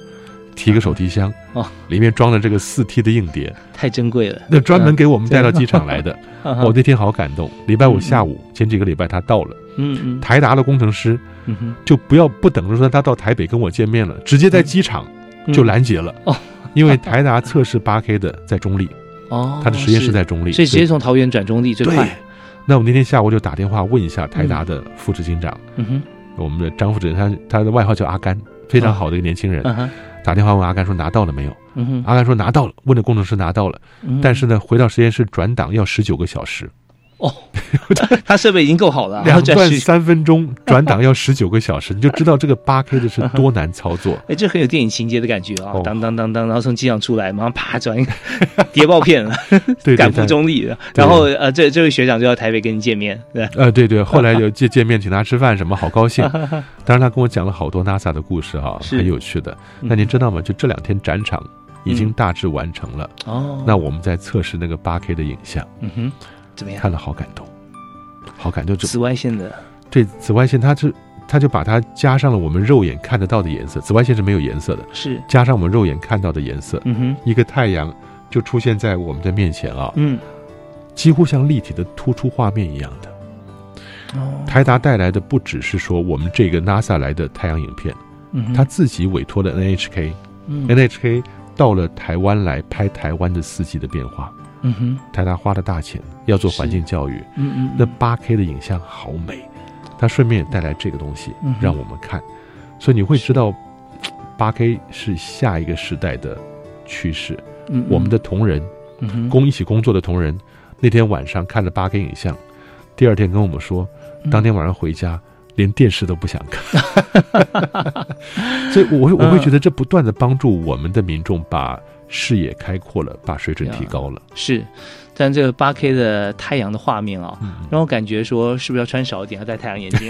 [SPEAKER 2] 提个手提箱，
[SPEAKER 1] 哦，
[SPEAKER 2] 里面装了这个四 T 的硬碟，
[SPEAKER 1] 太珍贵了，
[SPEAKER 2] 那专门给我们带到机场来的，
[SPEAKER 1] 嗯
[SPEAKER 2] 我那天好感动，礼拜五下午前几个礼拜他到了，
[SPEAKER 1] 嗯嗯
[SPEAKER 2] 台达的工程师
[SPEAKER 1] 嗯哼。
[SPEAKER 2] 就不要不等着说他到台北跟我见面了，直接在机场
[SPEAKER 1] 嗯
[SPEAKER 2] 就拦截了。
[SPEAKER 1] 哦，
[SPEAKER 2] 因为台达测试八 K 的在中立，
[SPEAKER 1] 哦，
[SPEAKER 2] 他的实验室在中立
[SPEAKER 1] 所以直
[SPEAKER 2] 所
[SPEAKER 1] 接
[SPEAKER 2] 以
[SPEAKER 1] 从桃园转中立最
[SPEAKER 2] 对
[SPEAKER 1] 快。
[SPEAKER 2] 那我那天下午就打电话问一下台达的副执行长，
[SPEAKER 1] 嗯哼，
[SPEAKER 2] 我们的张副执行长，他他的外号叫阿甘，非常好的一个年轻人。
[SPEAKER 1] 嗯哼，
[SPEAKER 2] 打电话问阿甘说拿到了没有？
[SPEAKER 1] 嗯哼，
[SPEAKER 2] 阿甘说拿到了，问了工程师拿到了，
[SPEAKER 1] 嗯
[SPEAKER 2] 啊但是呢，回到实验室转档要十九个小时，
[SPEAKER 1] 他设备已经够好了，然
[SPEAKER 2] 两
[SPEAKER 1] 后 转
[SPEAKER 2] 段
[SPEAKER 1] 去
[SPEAKER 2] 三分钟转档要十九个小 时，你就知道这个八 K 的是多难操作。
[SPEAKER 1] 哎，这很有电影情节的感觉啊！
[SPEAKER 2] 哦
[SPEAKER 1] 当当当当，然后从机场出来，马上啪转 一个谍报片了，
[SPEAKER 2] 对对
[SPEAKER 1] 赶赴
[SPEAKER 2] 对
[SPEAKER 1] 中立了。
[SPEAKER 2] 对
[SPEAKER 1] 然后呃，这这位学长就到台北跟你见面，对吧，
[SPEAKER 2] 呃，对对，后来就见见面，请他吃饭什么，好高兴。当然，他跟我讲了好多 NASA 的故事啊，
[SPEAKER 1] 是
[SPEAKER 2] 很有趣的。
[SPEAKER 1] 嗯
[SPEAKER 2] 那您知道吗？就这两天展场已经
[SPEAKER 1] 嗯
[SPEAKER 2] 大致完成了。
[SPEAKER 1] 哦
[SPEAKER 2] 那我们在测试那个八 K 的影像，
[SPEAKER 1] 嗯哼，怎么样？
[SPEAKER 2] 看了好感动，好感动。这
[SPEAKER 1] 紫外线的
[SPEAKER 2] 对紫外线，它是它就把它加上了我们肉眼看得到的颜色，紫外线是没有颜色的，
[SPEAKER 1] 是，
[SPEAKER 2] 加上我们肉眼看到的颜色，
[SPEAKER 1] 嗯哼，
[SPEAKER 2] 一个太阳就出现在我们的面前啊，
[SPEAKER 1] 嗯，
[SPEAKER 2] 几乎像立体的突出画面一样的。
[SPEAKER 1] 哦
[SPEAKER 2] 台达带来的不只是说我们这个 NASA 来的太阳影片，
[SPEAKER 1] 嗯哼
[SPEAKER 2] 他自己委托了 NHK，NHK、
[SPEAKER 1] 嗯
[SPEAKER 2] NHK 到了台湾来拍台湾的四季的变化。
[SPEAKER 1] 嗯哼，
[SPEAKER 2] 台达花了大钱要做环境教育，
[SPEAKER 1] 嗯嗯嗯
[SPEAKER 2] 那八 K 的影像好美，他顺便也带来这个东西
[SPEAKER 1] 嗯哼
[SPEAKER 2] 让我们看，所以你会知道，八 K 是下一个时代的趋势。
[SPEAKER 1] 嗯嗯
[SPEAKER 2] 我们的同仁，
[SPEAKER 1] 嗯哼
[SPEAKER 2] 工一起工作的同仁，那天晚上看了八 K 影像，第二天跟我们说，
[SPEAKER 1] 嗯
[SPEAKER 2] 当天晚上回家。连电视都不想 看，所以
[SPEAKER 1] 嗯
[SPEAKER 2] 我会我会觉得这不断的帮助我们的民众把视野开阔了，把水准提高了。
[SPEAKER 1] 是，但这个八 K 的太阳的画面啊、
[SPEAKER 2] 嗯
[SPEAKER 1] 让我感觉说是不是要穿少一点，要戴太阳眼镜，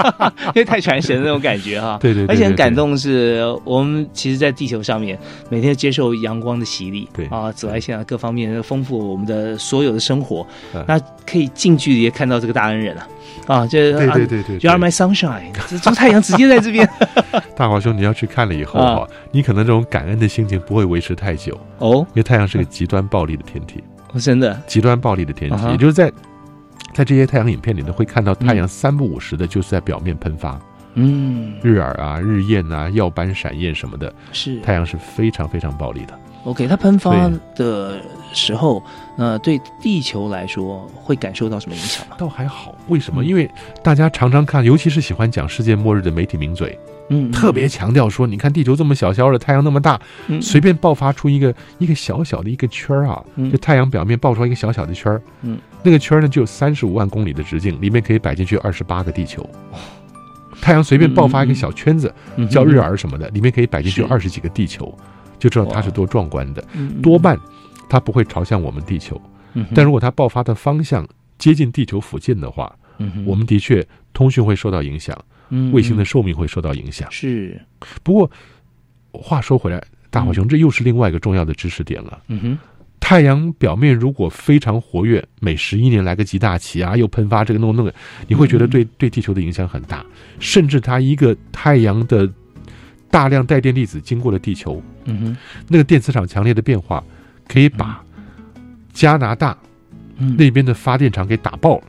[SPEAKER 1] 因为太传神的那种感觉哈、啊
[SPEAKER 2] 对对对对
[SPEAKER 1] 而且很感
[SPEAKER 2] 对
[SPEAKER 1] 动是，我们其实，在地球上面每天接受阳光的洗礼，对啊，紫外线啊各方面丰富我们的所有的生活，那可以近距离地看到这个大恩人啊。啊，这
[SPEAKER 2] 对对对对对
[SPEAKER 1] y o u are my sunshine，这这太阳直接在这 边，
[SPEAKER 2] 大华兄，你要去看了以后哈、
[SPEAKER 1] 啊
[SPEAKER 2] 你可能这种感恩的心情不会维持太久
[SPEAKER 1] 哦，
[SPEAKER 2] 因为太阳是个极端暴力的天体，
[SPEAKER 1] 哦真的，
[SPEAKER 2] 极端暴力的天体，
[SPEAKER 1] 啊哈
[SPEAKER 2] 也就是在在这些太阳影片里呢，会看到太阳三不五时的就是在表面喷发，
[SPEAKER 1] 嗯
[SPEAKER 2] 日珥啊、日焰啊、耀斑闪焰什么的，
[SPEAKER 1] 是
[SPEAKER 2] 太阳是非常非常暴力的。
[SPEAKER 1] OK，它喷发的时候，那对地球来说会感受到什么影响吗？
[SPEAKER 2] 倒还好，为什
[SPEAKER 1] 嗯
[SPEAKER 2] 么？因为大家常常看，尤其是喜欢讲世界末日的媒体名嘴，
[SPEAKER 1] 嗯
[SPEAKER 2] 特别强调说，你看地球这么小小的，太阳那么大，
[SPEAKER 1] 嗯
[SPEAKER 2] 随便爆发出一个一个小小的一个圈儿啊，
[SPEAKER 1] 嗯
[SPEAKER 2] 就太阳表面爆出来一个小小的圈儿，
[SPEAKER 1] 嗯，
[SPEAKER 2] 那个圈儿呢只有三十五万公里的直径，里面可以摆进去二十八个地球。太阳随便爆发一个小圈子，
[SPEAKER 1] 嗯嗯嗯
[SPEAKER 2] 叫日珥什么的，里面可以摆进去
[SPEAKER 1] 是
[SPEAKER 2] 二十几个地球，就知道它是多壮观的
[SPEAKER 1] 嗯嗯。嗯
[SPEAKER 2] 多半它不会朝向我们地球，
[SPEAKER 1] 嗯哼
[SPEAKER 2] 但如果它爆发的方向接近地球附近的话，
[SPEAKER 1] 嗯哼
[SPEAKER 2] 我们的确通讯会受到影响，
[SPEAKER 1] 嗯
[SPEAKER 2] 卫星的
[SPEAKER 1] 嗯
[SPEAKER 2] 寿命会受到影响。
[SPEAKER 1] 是，
[SPEAKER 2] 不过话说回来，大伙兄，这又是另外一个重要的知识点了。
[SPEAKER 1] 嗯哼，
[SPEAKER 2] 太阳表面如果非常活跃，每十一年来个极大期啊，又喷发这个弄那个，你会觉得
[SPEAKER 1] 嗯
[SPEAKER 2] 对对地球的影响很大，甚至它一个太阳的大量带电粒子经过了地球，
[SPEAKER 1] 嗯哼，
[SPEAKER 2] 那个电磁场强烈的变化，可以把
[SPEAKER 1] 嗯
[SPEAKER 2] 加拿大那边的发电厂给打爆了，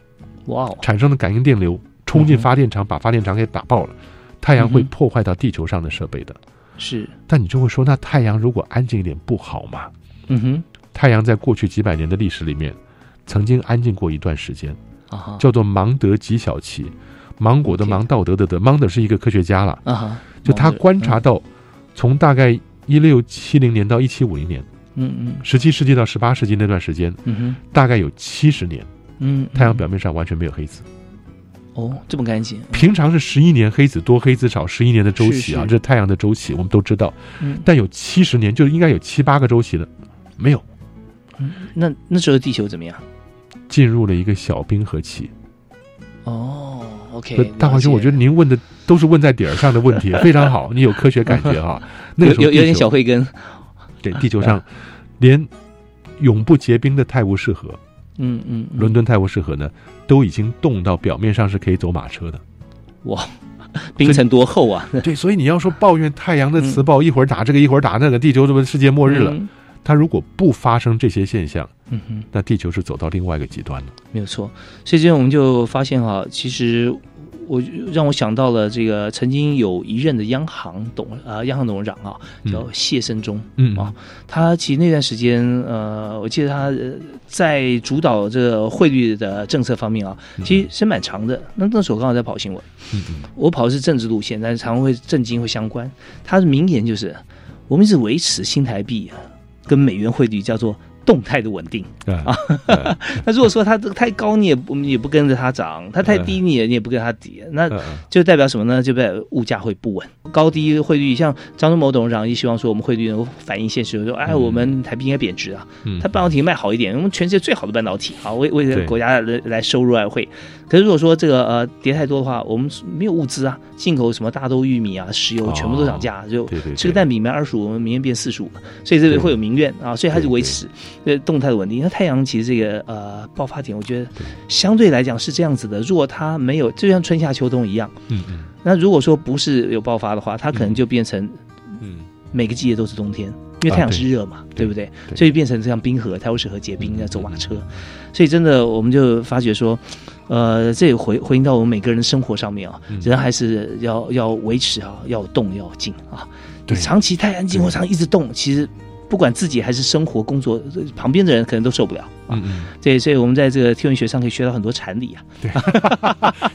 [SPEAKER 1] 哇哦，
[SPEAKER 2] 产生的感应电流冲进发电厂，把发电厂给打爆了，太阳会
[SPEAKER 1] 嗯哼
[SPEAKER 2] 破坏到地球上的设备的。
[SPEAKER 1] 是，
[SPEAKER 2] 但你就会说，那太阳如果安静一点不好吗？
[SPEAKER 1] 嗯哼，
[SPEAKER 2] 太阳在过去几百年的历史里面，曾经安静过一段时间，
[SPEAKER 1] 啊哈，
[SPEAKER 2] 叫做芒德极小期。芒果的芒，道德的德，芒德是一个科学家了，
[SPEAKER 1] 啊哈，
[SPEAKER 2] 就他观察到，从大概一六七零年到一七五零年，
[SPEAKER 1] 嗯嗯
[SPEAKER 2] 十七世纪到十八世纪那段时间，
[SPEAKER 1] 嗯哼，
[SPEAKER 2] 大概有七十年，
[SPEAKER 1] 嗯，
[SPEAKER 2] 太阳表面上完全没有黑子。
[SPEAKER 1] 哦，这么干净，
[SPEAKER 2] 平常是十一年黑子多黑子少，十一年的周期啊，
[SPEAKER 1] 是是
[SPEAKER 2] 这是太阳的周期，我们都知道。
[SPEAKER 1] 嗯
[SPEAKER 2] 但有七十年，就应该有七八个周期了，没有，
[SPEAKER 1] 那那时候地球怎么样？
[SPEAKER 2] 进入了一个小冰河期。
[SPEAKER 1] 哦，OK，
[SPEAKER 2] 不大
[SPEAKER 1] 了
[SPEAKER 2] 华兄，
[SPEAKER 1] 解
[SPEAKER 2] 我觉得您问的都是问在点儿上的问 题，非常好，你有科学感觉哈。那个时候
[SPEAKER 1] 有有有点
[SPEAKER 2] 地球
[SPEAKER 1] 小啊慧根，
[SPEAKER 2] 对地球上连永不结冰的泰晤士河，
[SPEAKER 1] 嗯嗯，嗯
[SPEAKER 2] 伦敦泰晤士河呢，都已经冻到表面上是可以走马 车的。
[SPEAKER 1] 哇，冰层多厚啊？
[SPEAKER 2] 对，所以你要说抱怨太阳的磁暴，一会儿打这个，一会儿打那个，地球这不世界末日了
[SPEAKER 1] 嗯？
[SPEAKER 2] 它如果不发生这些现象，
[SPEAKER 1] 嗯哼。
[SPEAKER 2] 那地球是走到另外一个极端了。
[SPEAKER 1] 没有错。所以这样我们就发现哈、其实我让我想到了这个曾经有一任的央行董啊、央行董事长啊，
[SPEAKER 2] 嗯
[SPEAKER 1] 叫谢生忠，
[SPEAKER 2] 嗯
[SPEAKER 1] 啊，他其实那段时间呃，我记得他呃在主导这个汇率的政策方面啊，其实是蛮长的。那那时候我刚好在跑新闻，我跑的是政治路线，但是常会政经会相关。他的名言就是：我们一直维持新台币啊跟美元汇率叫做动态的稳定啊。那如果说它这个太高，你也不你也不跟着它涨；它太低，你也你也不跟它跌，那
[SPEAKER 2] 嗯
[SPEAKER 1] 就代表什么呢？就代表物价会不稳，高低汇率。像张忠谋董事长也希望说，我们汇率能够反映现实，说哎，我们台币应该贬值啊。
[SPEAKER 2] 嗯
[SPEAKER 1] 它半导体卖好一点，我们全世界最好的半导体啊，为为这个
[SPEAKER 2] 对
[SPEAKER 1] 国家来来收入外汇。可是如果说这个呃跌太多的话，我们没有物资啊，进口什么大豆、玉米啊、石油
[SPEAKER 2] 哦
[SPEAKER 1] 全部都涨价，就
[SPEAKER 2] 对对
[SPEAKER 1] 吃个蛋饼卖二十五，我们明天变四十五，所以这
[SPEAKER 2] 对
[SPEAKER 1] 个会有民怨啊，所以它就维持呃动态的稳定。那太阳其实这个呃爆发点，我觉得相对来讲是这样子的，如果它没有，就像春夏秋冬一样，
[SPEAKER 2] 嗯嗯
[SPEAKER 1] 那如果说不是有爆发的话，它可能就变成
[SPEAKER 2] 嗯，
[SPEAKER 1] 每个季节都是冬天，因为太阳是热嘛，啊对不对？嗯所以变成这样冰河，它会适合结冰，要走马车。所以真的，我们就发觉说，呃，这也回回应到我们每个人的生活上面啊，人还是要要维持啊，要有动，要有静啊。
[SPEAKER 2] 对
[SPEAKER 1] 长期太安静或长期一直动，其实不管自己还是生活、工作，呃旁边的人可能都受不了。
[SPEAKER 2] 嗯嗯，
[SPEAKER 1] 对，所以我们在这个天文学上可以学到很多禅理啊。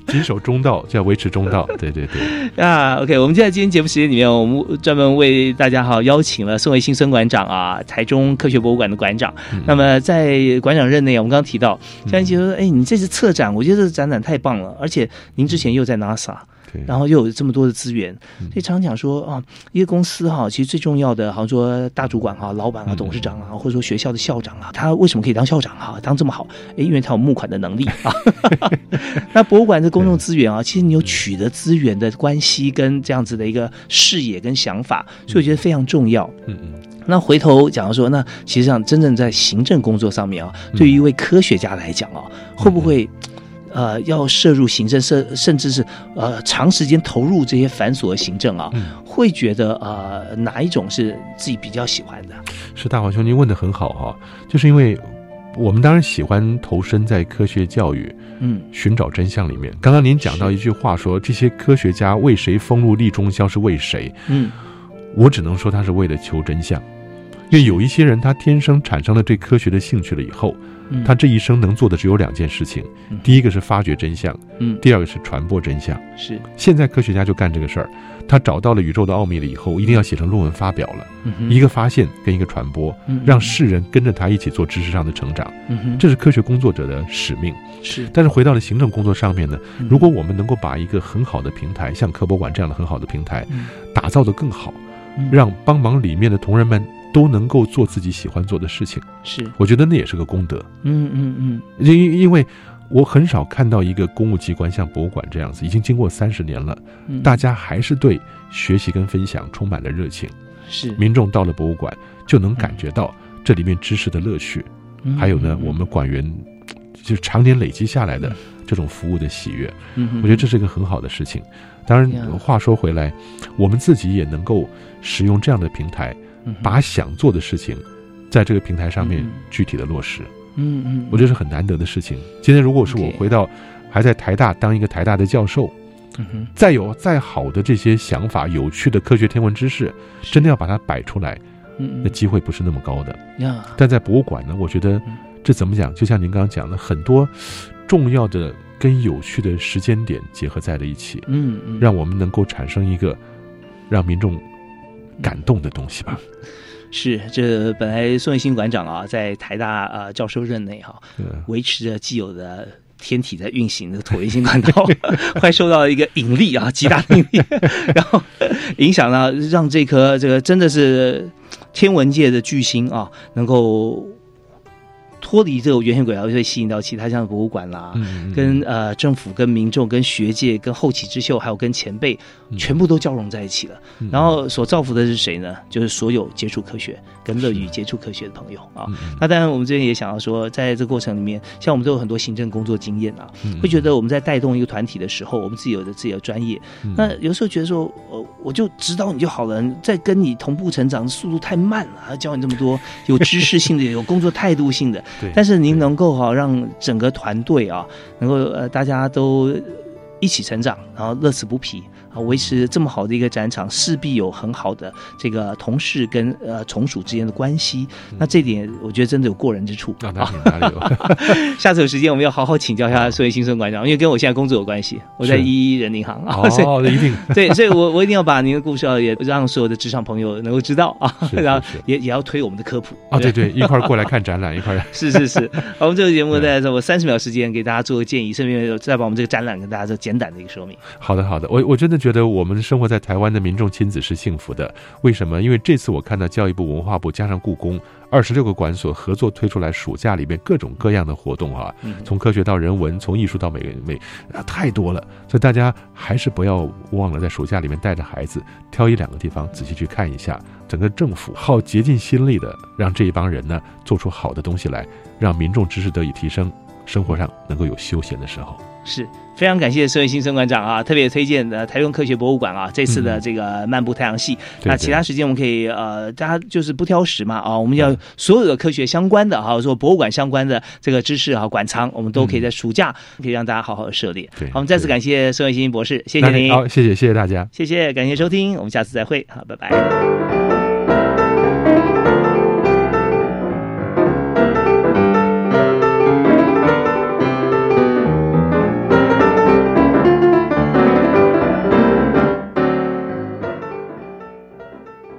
[SPEAKER 2] 谨守中 道，就要维持中道。对对对，
[SPEAKER 1] 啊，OK，我们就在今天节目时间里面，我们专门为大家哈邀请了宋维新孙馆长啊，台中科学博物馆的馆长。那么在馆长任内，我们刚刚提到，张安琪说：“哎，你这次策展，我觉得这个展览太棒了，而且您之前又在 NASA。”然后又有这么多的资源，所以常讲说啊，一个公司哈、其实最重要的，好像说大主管哈、老板啊、董事长啊，或者说学校的校长啊，他为什么可以当校长哈、当这么好？诶，因为他有募款的能力 啊。那博物馆的公众资源啊，其实你有取得资源的关系跟这样子的一个视野跟想法，所以我觉得非常重要。
[SPEAKER 2] 嗯嗯，
[SPEAKER 1] 那回头讲到说，那其实上真正在行政工作上面啊，
[SPEAKER 2] 嗯
[SPEAKER 1] 对于一位科学家来讲啊，会不会？呃，要涉入行政，甚甚至是呃长时间投入这些繁琐的行政啊，
[SPEAKER 2] 嗯
[SPEAKER 1] 会觉得呃哪一种是自己比较喜欢的？
[SPEAKER 2] 是大华兄，您问的很好哈、就是因为我们当然喜欢投身在科学教育，
[SPEAKER 1] 嗯，
[SPEAKER 2] 寻找真相里面。刚刚您讲到一句话说，这些科学家为谁封路立中宵是为谁？
[SPEAKER 1] 嗯，
[SPEAKER 2] 我只能说他是为了求真相，因为有一些人他天生产生了对科学的兴趣了以后，
[SPEAKER 1] 嗯
[SPEAKER 2] 他这一生能做的只有两件事情，第一个是发掘真相，
[SPEAKER 1] 嗯
[SPEAKER 2] 第二个是传播真相。
[SPEAKER 1] 是，
[SPEAKER 2] 现在科学家就干这个事儿，他找到了宇宙的奥秘了以后，一定要写成论文发表了。
[SPEAKER 1] 嗯哼
[SPEAKER 2] 一个发现跟一个传播
[SPEAKER 1] 嗯，
[SPEAKER 2] 让世人跟着他一起做知识上的成长
[SPEAKER 1] 嗯哼，
[SPEAKER 2] 这是科学工作者的使命。
[SPEAKER 1] 是
[SPEAKER 2] 但是回到了行政工作上面呢
[SPEAKER 1] 嗯，
[SPEAKER 2] 如果我们能够把一个很好的平台，像科博馆这样的很好的平台
[SPEAKER 1] 嗯，
[SPEAKER 2] 打造得更好
[SPEAKER 1] 嗯，
[SPEAKER 2] 让帮忙里面的同仁们都能够做自己喜欢做的事情，
[SPEAKER 1] 是，
[SPEAKER 2] 我觉得那也是个功德。
[SPEAKER 1] 嗯嗯嗯，
[SPEAKER 2] 因因为我很少看到一个公务机关像博物馆这样子，已经经过三十年了
[SPEAKER 1] 嗯，
[SPEAKER 2] 大家还是对学习跟分享充满了热情。
[SPEAKER 1] 嗯是
[SPEAKER 2] 民众到了博物馆就能感觉到这里面知识的乐趣，
[SPEAKER 1] 嗯
[SPEAKER 2] 还有呢，
[SPEAKER 1] 嗯
[SPEAKER 2] 我们馆员就是常年累积下来的这种服务的喜悦。
[SPEAKER 1] 嗯哼
[SPEAKER 2] 我觉得这是一个很好的事情。当然
[SPEAKER 1] 呀，
[SPEAKER 2] 话说回来，我们自己也能够使用这样的平台
[SPEAKER 1] 嗯哼，
[SPEAKER 2] 把想做的事情在这个平台上面具体的落实。
[SPEAKER 1] 嗯嗯，
[SPEAKER 2] 我觉得是很难得的事情。今天如果是我
[SPEAKER 1] OK
[SPEAKER 2] 回到还在台大当一个台大的教授，
[SPEAKER 1] 嗯哼
[SPEAKER 2] 再有再好的这些想法、有趣的科学天文知识，真的要把它摆出来，
[SPEAKER 1] 嗯
[SPEAKER 2] 那机会不是那么高的。
[SPEAKER 1] 呀
[SPEAKER 2] 但在博物馆呢，我觉得
[SPEAKER 1] 嗯
[SPEAKER 2] 这怎么讲？就像您刚刚讲的，很多重要的跟有趣的时间点结合在了一起，
[SPEAKER 1] 嗯嗯
[SPEAKER 2] 让我们能够产生一个让民众感动的东西吧。
[SPEAKER 1] 是，这本来宋一新馆长啊，在台大呃教授任内哈、
[SPEAKER 2] 对
[SPEAKER 1] 维持着既有的天体在运行的椭圆形管道， 快受到一个引力啊，极大的引力， 然后影响了，让这颗这个真的是天文界的巨星啊，能够脱离这个圆形轨道，就会吸引到其他像博物馆啦，
[SPEAKER 2] 嗯嗯嗯
[SPEAKER 1] 跟呃政府、跟民众、跟学界、跟后起之秀，还有跟前辈，
[SPEAKER 2] 嗯
[SPEAKER 1] 全部都交融在一起了。然后所造福的是谁呢？就是所有接触科学跟乐于接触科学的朋友啊。
[SPEAKER 2] 嗯
[SPEAKER 1] 那当然，我们这边也想要说，在这个过程里面，像我们都有很多行政工作经验啊，
[SPEAKER 2] 嗯
[SPEAKER 1] 会觉得我们在带动一个团体的时候，我们自己有着自己的专业。
[SPEAKER 2] 嗯
[SPEAKER 1] 那有时候觉得说，呃，我就指导你就好了，在跟你同步成长速度太慢了，还教你这么多有知识性的、有工作态度性的。
[SPEAKER 2] 对
[SPEAKER 1] 但是您能够哈、让整个团队啊，能够呃大家都一起成长，然后乐此不疲啊，维持这么好的一个展场，势必有很好的这个同事跟呃从属之间的关系。
[SPEAKER 2] 嗯
[SPEAKER 1] 那这点我觉得真的有过人之处
[SPEAKER 2] 啊，哪里哪里有？
[SPEAKER 1] 下次有时间我们要好好请教一下孙新生馆长，因为跟我现在工作有关系，我在
[SPEAKER 2] 是
[SPEAKER 1] 一一人银行啊，
[SPEAKER 2] 哦
[SPEAKER 1] 所以
[SPEAKER 2] 一定
[SPEAKER 1] 对，所以我我一定要把您的故事啊，也让所有的职场朋友能够知道啊，
[SPEAKER 2] 是是
[SPEAKER 1] 然后
[SPEAKER 2] 是
[SPEAKER 1] 也也要推我们的科普
[SPEAKER 2] 啊，对对，一块儿过来看展览，一块儿。
[SPEAKER 1] 是是 是，好我们这个节目在我三十秒时间给大家做个建议，顺便再把我们这个展览跟大家做简短的一个说明。
[SPEAKER 2] 好的，好的，我我真的觉得我们生活在台湾的民众亲子是幸福的。为什么？因为这次我看到教育部、文化部加上故宫二十六个馆所合作推出来暑假里面各种各样的活动啊
[SPEAKER 1] 嗯，
[SPEAKER 2] 从科学到人文，从艺术到美美啊，太多了。所以大家还是不要忘了在暑假里面带着孩子挑一两个地方仔细去看一下。整个政府耗竭尽心力的让这一帮人呢做出好的东西来，让民众知识得以提升，生活上能够有休闲的时候。
[SPEAKER 1] 是非常感谢孙维新孙馆长啊，特别推荐的台中科学博物馆啊，这次的这个漫步太阳系。
[SPEAKER 2] 对
[SPEAKER 1] 那
[SPEAKER 2] 嗯对
[SPEAKER 1] 其他时间我们可以呃，大家就是不挑食嘛啊，我们要所有的科学相关的哈，说博物馆相关的这个知识啊，馆藏我们都可以在暑假
[SPEAKER 2] 嗯
[SPEAKER 1] 可以让大家好好地涉猎。好，我们再次感谢孙维新博士，谢谢
[SPEAKER 2] 那哦
[SPEAKER 1] 您，
[SPEAKER 2] 好，谢谢谢谢大家。
[SPEAKER 1] 谢谢，感谢收听，我们下次再会，好，拜拜。